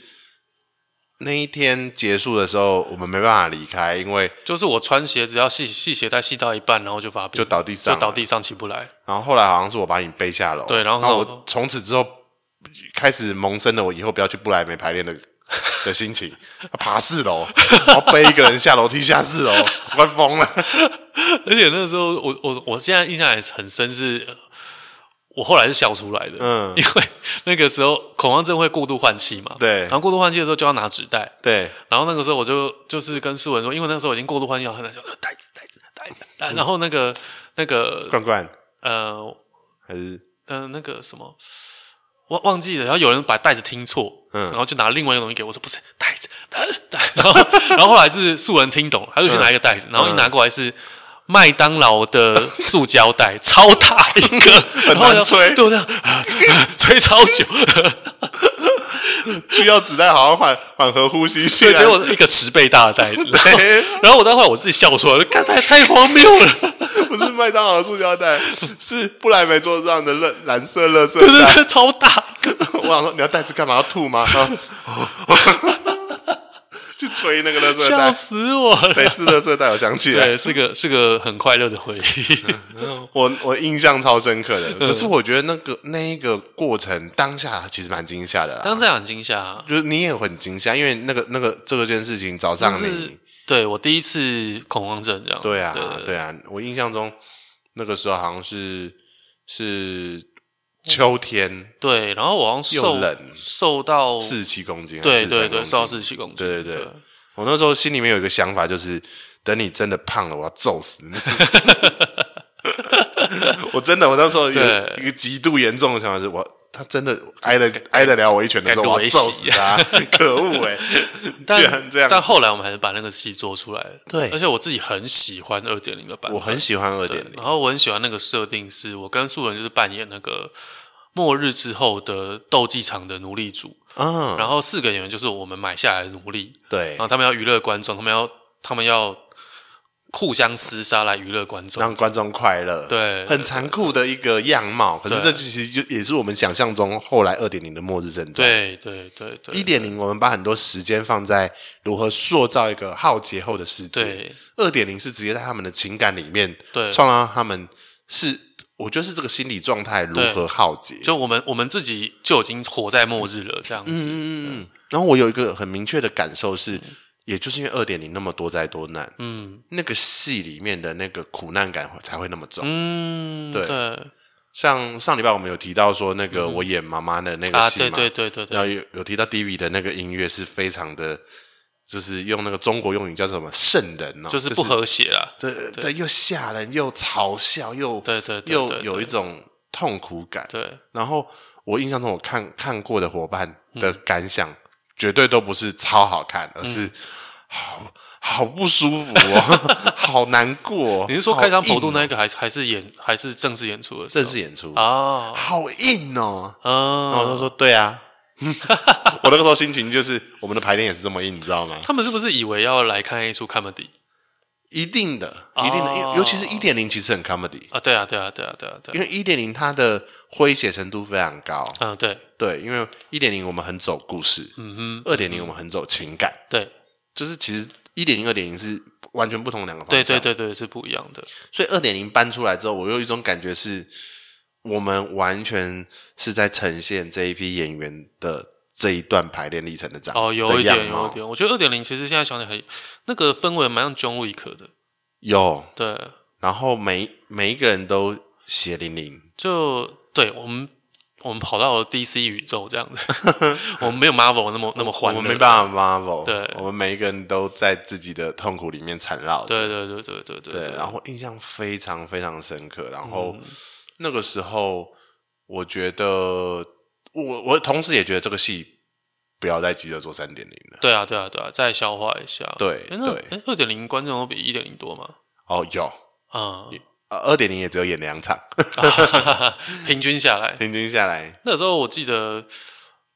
[SPEAKER 1] 那一天结束的时候，我们没办法离开，因为
[SPEAKER 2] 就是我穿鞋子要系系鞋带系到一半，然后就发病，
[SPEAKER 1] 就倒地上
[SPEAKER 2] 就倒地上起不来， *laughs*
[SPEAKER 1] 然后后来好像是我把你背下楼，
[SPEAKER 2] 对然后
[SPEAKER 1] 我从此之后开始萌生了我以后不要去布莱梅排练的 *laughs* 的心情，爬四楼，然后背一个人下楼梯下四楼， *laughs* 我快疯了。
[SPEAKER 2] 而且那时候我我我现在印象还很深是。呃我后来是笑出来的，
[SPEAKER 1] 嗯
[SPEAKER 2] 因为那个时候恐慌症会过度换气嘛，
[SPEAKER 1] 对
[SPEAKER 2] 然后过度换气的时候就要拿纸袋，
[SPEAKER 1] 对，
[SPEAKER 2] 然后那个时候我就就是跟素文说，因为那时候已经过度换药，很难说呃袋子袋子袋子，袋子然后那个那个
[SPEAKER 1] 冠冠
[SPEAKER 2] 呃
[SPEAKER 1] 还是
[SPEAKER 2] 呃那个什么忘忘记了，然后有人把袋子听错，
[SPEAKER 1] 嗯
[SPEAKER 2] 然后就拿另外一个东西给我说不是袋子袋子袋子， *laughs* 然后然后后来是素人听懂，他
[SPEAKER 1] 嗯
[SPEAKER 2] 就去拿一个袋子，然后一拿过来是。麦当劳的塑胶袋超大一
[SPEAKER 1] *laughs*
[SPEAKER 2] 个，然后
[SPEAKER 1] 难吹
[SPEAKER 2] 对我这样呃吹
[SPEAKER 1] *laughs*
[SPEAKER 2] 超久，
[SPEAKER 1] 需要子弹好好缓缓和呼吸，
[SPEAKER 2] 对，
[SPEAKER 1] 居然
[SPEAKER 2] 结果一个十倍大的袋子，然后
[SPEAKER 1] 啊对 *laughs*
[SPEAKER 2] 然后我待会我自己笑出来，我就看太太荒谬了。
[SPEAKER 1] 不是麦当劳的塑胶
[SPEAKER 2] *laughs*
[SPEAKER 1] 袋，是布莱梅桌上的蓝蓝色垃圾
[SPEAKER 2] 对
[SPEAKER 1] 袋
[SPEAKER 2] 对。对，超大一个，
[SPEAKER 1] 我想说你要袋子干嘛？要吐
[SPEAKER 2] *laughs*
[SPEAKER 1] 吗？啊 *laughs* 去吹那个垃圾
[SPEAKER 2] 笑
[SPEAKER 1] 袋，
[SPEAKER 2] 死我了。
[SPEAKER 1] 对，啊是垃圾袋，我想起来，
[SPEAKER 2] 对，是个是个很快乐的回
[SPEAKER 1] 嗯
[SPEAKER 2] 忆。
[SPEAKER 1] 我我印象超深刻的。可是我觉得那个那一个过程当下其实蛮惊吓的啦，
[SPEAKER 2] *laughs* 当时很惊吓啊，
[SPEAKER 1] 就是你也很惊吓，因为那个那个这个件事情早上
[SPEAKER 2] 是
[SPEAKER 1] 你，
[SPEAKER 2] 对我第一次恐慌症这样。
[SPEAKER 1] 对啊对啊，我印象中那个时候好像是是
[SPEAKER 2] 嗯
[SPEAKER 1] 秋天，
[SPEAKER 2] 对，然后我好像受
[SPEAKER 1] 又冷
[SPEAKER 2] 受到
[SPEAKER 1] 四十七公斤，
[SPEAKER 2] 对对对
[SPEAKER 1] 43
[SPEAKER 2] 受到
[SPEAKER 1] 公
[SPEAKER 2] 四
[SPEAKER 1] 斤
[SPEAKER 2] 十七公斤，
[SPEAKER 1] 对对对，我那时候心里面有一个想法，就是等你真的胖了，我要揍死
[SPEAKER 2] *laughs*
[SPEAKER 1] 你。我真的，我那时候有
[SPEAKER 2] 对
[SPEAKER 1] 一个极度严重的想法，是我他真的挨得挨得了我一拳的时候，
[SPEAKER 2] 感觉
[SPEAKER 1] 我要
[SPEAKER 2] 危
[SPEAKER 1] 揍死
[SPEAKER 2] 险 *laughs*
[SPEAKER 1] 他！可恶哎、
[SPEAKER 2] 但
[SPEAKER 1] 居然这样
[SPEAKER 2] 但后来我们还是把那个戏做出来了。
[SPEAKER 1] 对
[SPEAKER 2] 而且我自己很喜欢二点零的版本，
[SPEAKER 1] 我很喜欢二点
[SPEAKER 2] 对
[SPEAKER 1] 零，
[SPEAKER 2] 然后我很喜欢那个设定是，我跟素人就是扮演那个末日之后的斗技场的奴隶主，
[SPEAKER 1] 嗯，
[SPEAKER 2] 然后四个演员就是我们买下来的奴隶，
[SPEAKER 1] 对
[SPEAKER 2] 然，后他们要娱乐观众，他们要他们要互相厮杀来娱乐观众，
[SPEAKER 1] 让观众快乐，
[SPEAKER 2] 对
[SPEAKER 1] 很残酷的一个样貌。可是这
[SPEAKER 2] 对
[SPEAKER 1] 其实就也是我们想象中后来二点零的末日症状。
[SPEAKER 2] 对对对对，
[SPEAKER 1] 一点零，我们把很多时间放在如何塑造一个浩劫后的世界。
[SPEAKER 2] 对
[SPEAKER 1] 二点零是直接在他们的情感里面，
[SPEAKER 2] 对
[SPEAKER 1] 创造他们是，我觉得是这个心理状态如何浩劫。
[SPEAKER 2] 就我们我们自己就已经活在末日了，这样子，
[SPEAKER 1] 嗯嗯。然后我有一个很明确的感受是，也就是因为二点零那么多灾多难，
[SPEAKER 2] 嗯
[SPEAKER 1] 那个戏里面的那个苦难感才会那么重。
[SPEAKER 2] 嗯，
[SPEAKER 1] 对
[SPEAKER 2] 对
[SPEAKER 1] 像上礼拜我们有提到说，那个我演妈妈的那个
[SPEAKER 2] 嗯啊，
[SPEAKER 1] 戏嘛，
[SPEAKER 2] 对对对对
[SPEAKER 1] 然
[SPEAKER 2] 对，
[SPEAKER 1] 后有有提到 Divi 的那个音乐是非常的，就是用那个中国用语叫什么圣人哦，
[SPEAKER 2] 就是不和谐啦，
[SPEAKER 1] 对对，又吓人又嘲笑又
[SPEAKER 2] 对对对
[SPEAKER 1] 又
[SPEAKER 2] 对对
[SPEAKER 1] 有一种痛苦感。
[SPEAKER 2] 对
[SPEAKER 1] 然后我印象中我看看过的伙伴
[SPEAKER 2] 嗯
[SPEAKER 1] 的感想，绝对都不是超好看，而是好好不舒服哦， *laughs* 好难过哦。
[SPEAKER 2] 你是说开张
[SPEAKER 1] 好硬
[SPEAKER 2] 头度那一个还是还是演还是正式演出的时候？
[SPEAKER 1] 正式演出，
[SPEAKER 2] 啊，
[SPEAKER 1] 好硬哦。
[SPEAKER 2] 嗯，
[SPEAKER 1] 然后他说：“对啊。” *laughs* 我那个时候心情就是，我们的排练也是这么硬，你知道
[SPEAKER 2] *laughs*
[SPEAKER 1] 吗？
[SPEAKER 2] 他们是不是以为要来看 A 出 comedy
[SPEAKER 1] 一定的，一定的，因
[SPEAKER 2] 哦
[SPEAKER 1] 为尤其是一点零，其实很 comedy，
[SPEAKER 2] 啊？对啊，对啊，对啊，对啊，对
[SPEAKER 1] 因
[SPEAKER 2] 啊，
[SPEAKER 1] 为一点零它的诙谐程度非常高。
[SPEAKER 2] 嗯，对
[SPEAKER 1] 对，因为一点零我们很走故事，嗯哼，二点零我们很走情感，
[SPEAKER 2] 对
[SPEAKER 1] 就是其实一点零、二点零是完全不同两个方
[SPEAKER 2] 对
[SPEAKER 1] 向。对，
[SPEAKER 2] 对对对，是不一样的。
[SPEAKER 1] 所以二点零搬出来之后，我有一种感觉是，我们完全是在呈现这一批演员的这一段排练历程的长
[SPEAKER 2] 哦，有一
[SPEAKER 1] 的
[SPEAKER 2] 点，
[SPEAKER 1] 样貌
[SPEAKER 2] 有一点，我觉得二点零其实现在想起来，那个氛围蛮像 John Wick 的。
[SPEAKER 1] 有，
[SPEAKER 2] 对，
[SPEAKER 1] 然后每每一个人都血淋淋，
[SPEAKER 2] 就对我们我们跑到了 DC 宇宙这样子， *laughs* 我们没有 Marvel 那么那么
[SPEAKER 1] 我
[SPEAKER 2] 欢乐。
[SPEAKER 1] 们没办法 marvel，
[SPEAKER 2] 对
[SPEAKER 1] 我们每一个人都在自己的痛苦里面缠绕着。
[SPEAKER 2] 对对对对对对嗯
[SPEAKER 1] 对，然后印象非常非常深刻。然后那个时候，我觉得我我同时也觉得这个戏不要再急着做三点零了。
[SPEAKER 2] 对啊对啊对啊，再消化一下。
[SPEAKER 1] 对
[SPEAKER 2] 诶那
[SPEAKER 1] 对
[SPEAKER 2] 二点零观众都比一点零多吗？
[SPEAKER 1] 哦，有呃
[SPEAKER 2] 啊、
[SPEAKER 1] 二点零也只有演两
[SPEAKER 2] *laughs*
[SPEAKER 1] 场，
[SPEAKER 2] 平均下来，
[SPEAKER 1] 平均下来，
[SPEAKER 2] 那时候我记得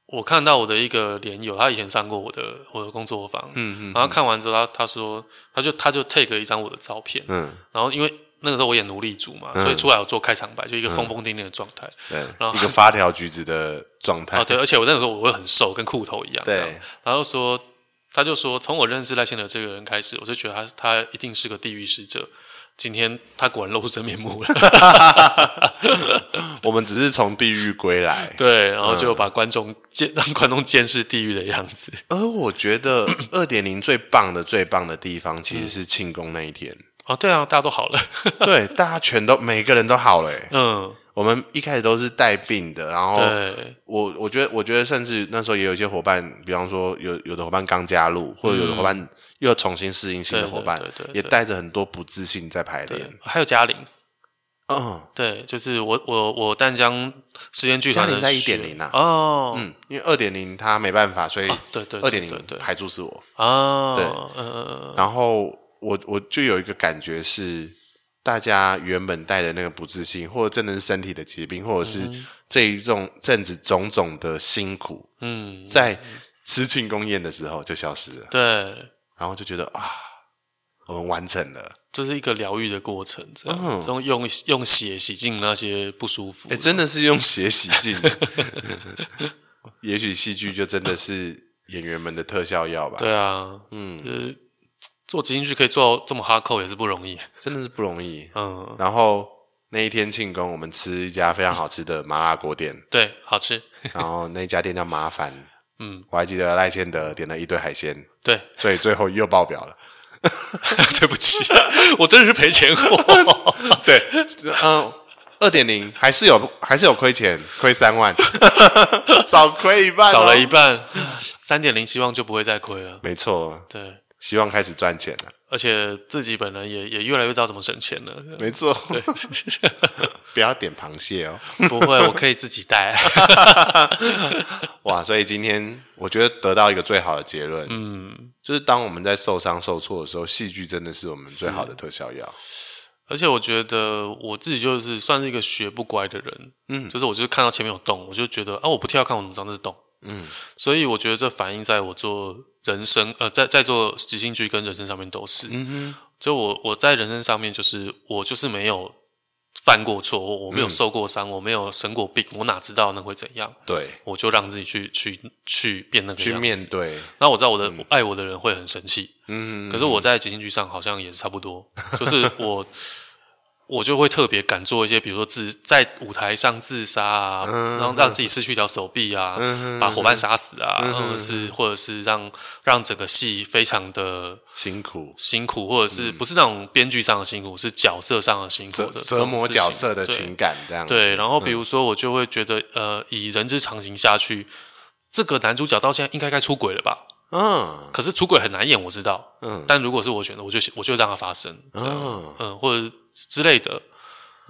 [SPEAKER 2] 我看到我的一个连友，他以前上过我的我的工作坊，嗯嗯，然后看完之后他他说他就他就 take 了一张我的照片，
[SPEAKER 1] 嗯，
[SPEAKER 2] 然后因为那个时候我演奴隶主嘛，所以出来我做开场白，就
[SPEAKER 1] 嗯
[SPEAKER 2] 一个疯疯癫癫的状态。
[SPEAKER 1] 对，
[SPEAKER 2] 然后
[SPEAKER 1] 一个发条橘子的状态
[SPEAKER 2] 哦，，对，而且我那个时候我会很瘦，跟裤头一样，
[SPEAKER 1] 对
[SPEAKER 2] 这样。然后说，他就说，从我认识赖幸德这个人开始，我就觉得他他一定是个地狱使者。今天他果然露出真
[SPEAKER 1] *laughs*
[SPEAKER 2] 面目了，
[SPEAKER 1] 我们只是从地狱归来。
[SPEAKER 2] 对，然后
[SPEAKER 1] 嗯
[SPEAKER 2] 就把观众监、让观众监视地狱的样子。
[SPEAKER 1] 而我觉
[SPEAKER 2] *laughs*
[SPEAKER 1] 得二点零最棒的最棒的地方，其
[SPEAKER 2] 嗯
[SPEAKER 1] 实是庆功那一天，
[SPEAKER 2] 哦，对啊，大家都好了， *laughs*
[SPEAKER 1] 对，大家全都每个人都好了、欸。
[SPEAKER 2] 嗯，
[SPEAKER 1] 我们一开始都是带病的，然后
[SPEAKER 2] 对，
[SPEAKER 1] 我我觉得，我觉得甚至那时候也有一些伙伴，比方说有有的伙伴刚加入，或者有的伙伴又重新适应新的伙伴
[SPEAKER 2] 嗯对对对，对
[SPEAKER 1] 也带着很多不自信在排
[SPEAKER 2] 对
[SPEAKER 1] 练。
[SPEAKER 2] 还有嘉玲，
[SPEAKER 1] 嗯，
[SPEAKER 2] 对，就是我我我淡江实验剧团的
[SPEAKER 1] 嘉玲在
[SPEAKER 2] 学
[SPEAKER 1] 1.0啊
[SPEAKER 2] 哦，
[SPEAKER 1] 嗯，因为二点零他没办法，所以
[SPEAKER 2] 对对
[SPEAKER 1] 二
[SPEAKER 2] 对
[SPEAKER 1] 点
[SPEAKER 2] 对
[SPEAKER 1] 零
[SPEAKER 2] 对
[SPEAKER 1] 排除是我。
[SPEAKER 2] 啊，
[SPEAKER 1] 对
[SPEAKER 2] 嗯嗯
[SPEAKER 1] 然后我我就有一个感觉是，大家原本带的那个不自信，或者真的是身体的疾病，或者
[SPEAKER 2] 嗯
[SPEAKER 1] 是这一种阵子种种的辛苦，
[SPEAKER 2] 嗯，嗯
[SPEAKER 1] 在吃庆功宴的时候就消失了，
[SPEAKER 2] 对，
[SPEAKER 1] 然后就觉得啊，我们完成了。
[SPEAKER 2] 就是一个疗愈的过程，这样，
[SPEAKER 1] 嗯
[SPEAKER 2] 这种用用血洗净那些不舒服
[SPEAKER 1] 哎、，真的是用血洗净。 *laughs* 也许戏剧就真的是演员们的特效药吧。，
[SPEAKER 2] 对啊，嗯，就是做即兴剧可以做到这么哈扣也是不容易，
[SPEAKER 1] 真的是不容易。
[SPEAKER 2] 嗯，
[SPEAKER 1] 然后那一天庆功，我们吃一家非常好吃的麻辣锅店，
[SPEAKER 2] 对，好吃，
[SPEAKER 1] 然后那家店叫麻烦。
[SPEAKER 2] *laughs* 嗯，
[SPEAKER 1] 我还记得赖千德点了一堆海鲜，
[SPEAKER 2] 对， *laughs*
[SPEAKER 1] 所以最后又爆表了。 *laughs*
[SPEAKER 2] 对不起， *laughs* 我真的是赔
[SPEAKER 1] *laughs*
[SPEAKER 2] 钱货，
[SPEAKER 1] 对，嗯，二点零还是有还是有亏钱，亏三
[SPEAKER 2] *laughs*
[SPEAKER 1] 万，少亏一半、哦
[SPEAKER 2] 少了一，半，三点零希望就不会再亏了，
[SPEAKER 1] 没错，
[SPEAKER 2] 对，
[SPEAKER 1] 希望开始赚钱了。
[SPEAKER 2] 而且自己本人也也越来越知道怎么省钱了。
[SPEAKER 1] 没错，不要点螃蟹哦。
[SPEAKER 2] *laughs* 不会，我可以自己带。
[SPEAKER 1] 哇，所以今天我觉得得到一个最好的结论，嗯，就是当我们在受伤受挫的时候，戏剧真的是我们最好的特效药。
[SPEAKER 2] 而且我觉得我自己就是算是一个学不乖的人，嗯，就是我就是看到前面有洞，我就觉得啊，我不跳看我怎么知道那是洞，嗯，所以我觉得这反映在我做人生呃，在在做即兴剧跟人生上面都是，嗯哼，就我我在人生上面就是我就是没有犯过错，我我没有受过伤，我没有生过病，我哪知道那会怎样？
[SPEAKER 1] 对，
[SPEAKER 2] 我就让自己去去去变那个
[SPEAKER 1] 去
[SPEAKER 2] 样子
[SPEAKER 1] 面对，
[SPEAKER 2] 那我知道我的、
[SPEAKER 1] 嗯
[SPEAKER 2] 我爱我的人会很生气，嗯，可是我在即兴剧上好像也是差不多，就是我我就会特别敢做一些，比如说自在舞台上自杀啊，
[SPEAKER 1] 嗯
[SPEAKER 2] 让让自己失去一条手臂啊，把伙伴杀死啊，
[SPEAKER 1] 嗯
[SPEAKER 2] 或者是或者是让让整个戏非常的
[SPEAKER 1] 辛苦
[SPEAKER 2] 辛苦，或者是不是那种编剧上的辛苦，是角色上的辛苦
[SPEAKER 1] 嗯折
[SPEAKER 2] 的这
[SPEAKER 1] 折
[SPEAKER 2] 种
[SPEAKER 1] 磨
[SPEAKER 2] 事
[SPEAKER 1] 角
[SPEAKER 2] 情
[SPEAKER 1] 色的
[SPEAKER 2] 对
[SPEAKER 1] 情感这样子。
[SPEAKER 2] 对，然后比如说我就会觉得，呃，以人之常情下去，这个男主角到现在应该该出轨了吧？
[SPEAKER 1] 嗯，
[SPEAKER 2] 可是出轨很难演，我知道。嗯，但如果是我选的，我就我就让它发生，这样，嗯或者之类的。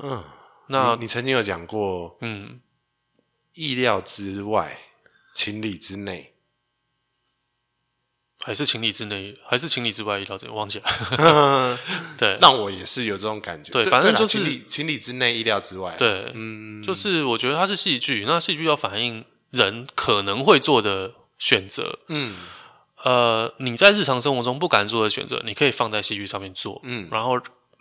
[SPEAKER 2] 嗯，那
[SPEAKER 1] 你你曾经有讲过，
[SPEAKER 2] 嗯，
[SPEAKER 1] 意料之外，情理之内。
[SPEAKER 2] 还是情理之内，还是情理之外，意料之忘记了。 *laughs* 对
[SPEAKER 1] 让我也是有这种感觉。
[SPEAKER 2] 对反正
[SPEAKER 1] 啦
[SPEAKER 2] 就是
[SPEAKER 1] 情理情理之内，意料之外。，
[SPEAKER 2] 对，嗯，就是我觉得它是戏剧，那戏剧要反映人可能会做的选择。
[SPEAKER 1] 嗯，
[SPEAKER 2] 呃，你在日常生活中不敢做的选择，你可以放在戏剧上面做，嗯，然后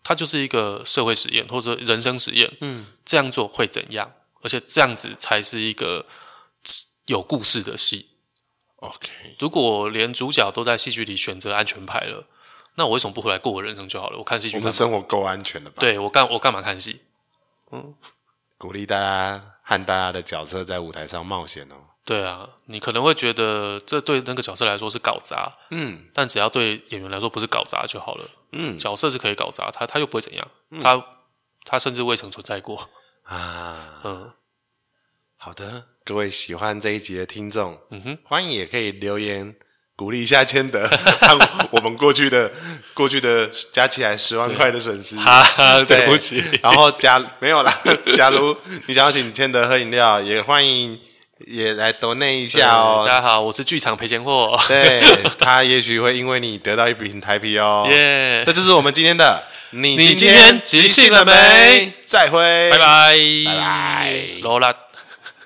[SPEAKER 2] 它就是一个社会实验或者人生实验，嗯，这样做会怎样？而且这样子才是一个有故事的戏。
[SPEAKER 1] OK，
[SPEAKER 2] 如果连主角都在戏剧里选择安全牌了，那我为什么不回来过我人生就好了？我看戏剧
[SPEAKER 1] 我
[SPEAKER 2] 干
[SPEAKER 1] 们
[SPEAKER 2] 嘛？
[SPEAKER 1] 生活够安全了吧？，
[SPEAKER 2] 对我干我干嘛看戏？
[SPEAKER 1] 鼓励大家和大家的角色在舞台上冒险哦。
[SPEAKER 2] 对啊，你可能会觉得这对那个角色来说是搞砸，
[SPEAKER 1] 嗯，
[SPEAKER 2] 但只要对演员来说不是搞砸就好了。嗯，角色是可以搞砸，他他又不会怎样，他他甚至未曾存在过。
[SPEAKER 1] 啊，
[SPEAKER 2] 嗯，
[SPEAKER 1] 好的，各位喜欢这一集的听众，嗯哼，欢迎也可以留言。鼓励一下千德， *laughs* 和我们过去的过去的加起来十万块的损失，
[SPEAKER 2] *laughs* 哈哈，对不起，
[SPEAKER 1] 然后假没有啦， *laughs* 假如你想要请千德喝饮料，也欢迎也来 donate 一下哦。
[SPEAKER 2] 大家好，我是剧场赔钱货，
[SPEAKER 1] 对他也许会因为你得到一笔台币哦。
[SPEAKER 2] *laughs* 耶
[SPEAKER 1] 这，就是我们今天的。你
[SPEAKER 2] 你
[SPEAKER 1] 今
[SPEAKER 2] 今天即兴了没？
[SPEAKER 1] 再会，
[SPEAKER 2] 拜拜，
[SPEAKER 1] 拜拜
[SPEAKER 2] 罗拉。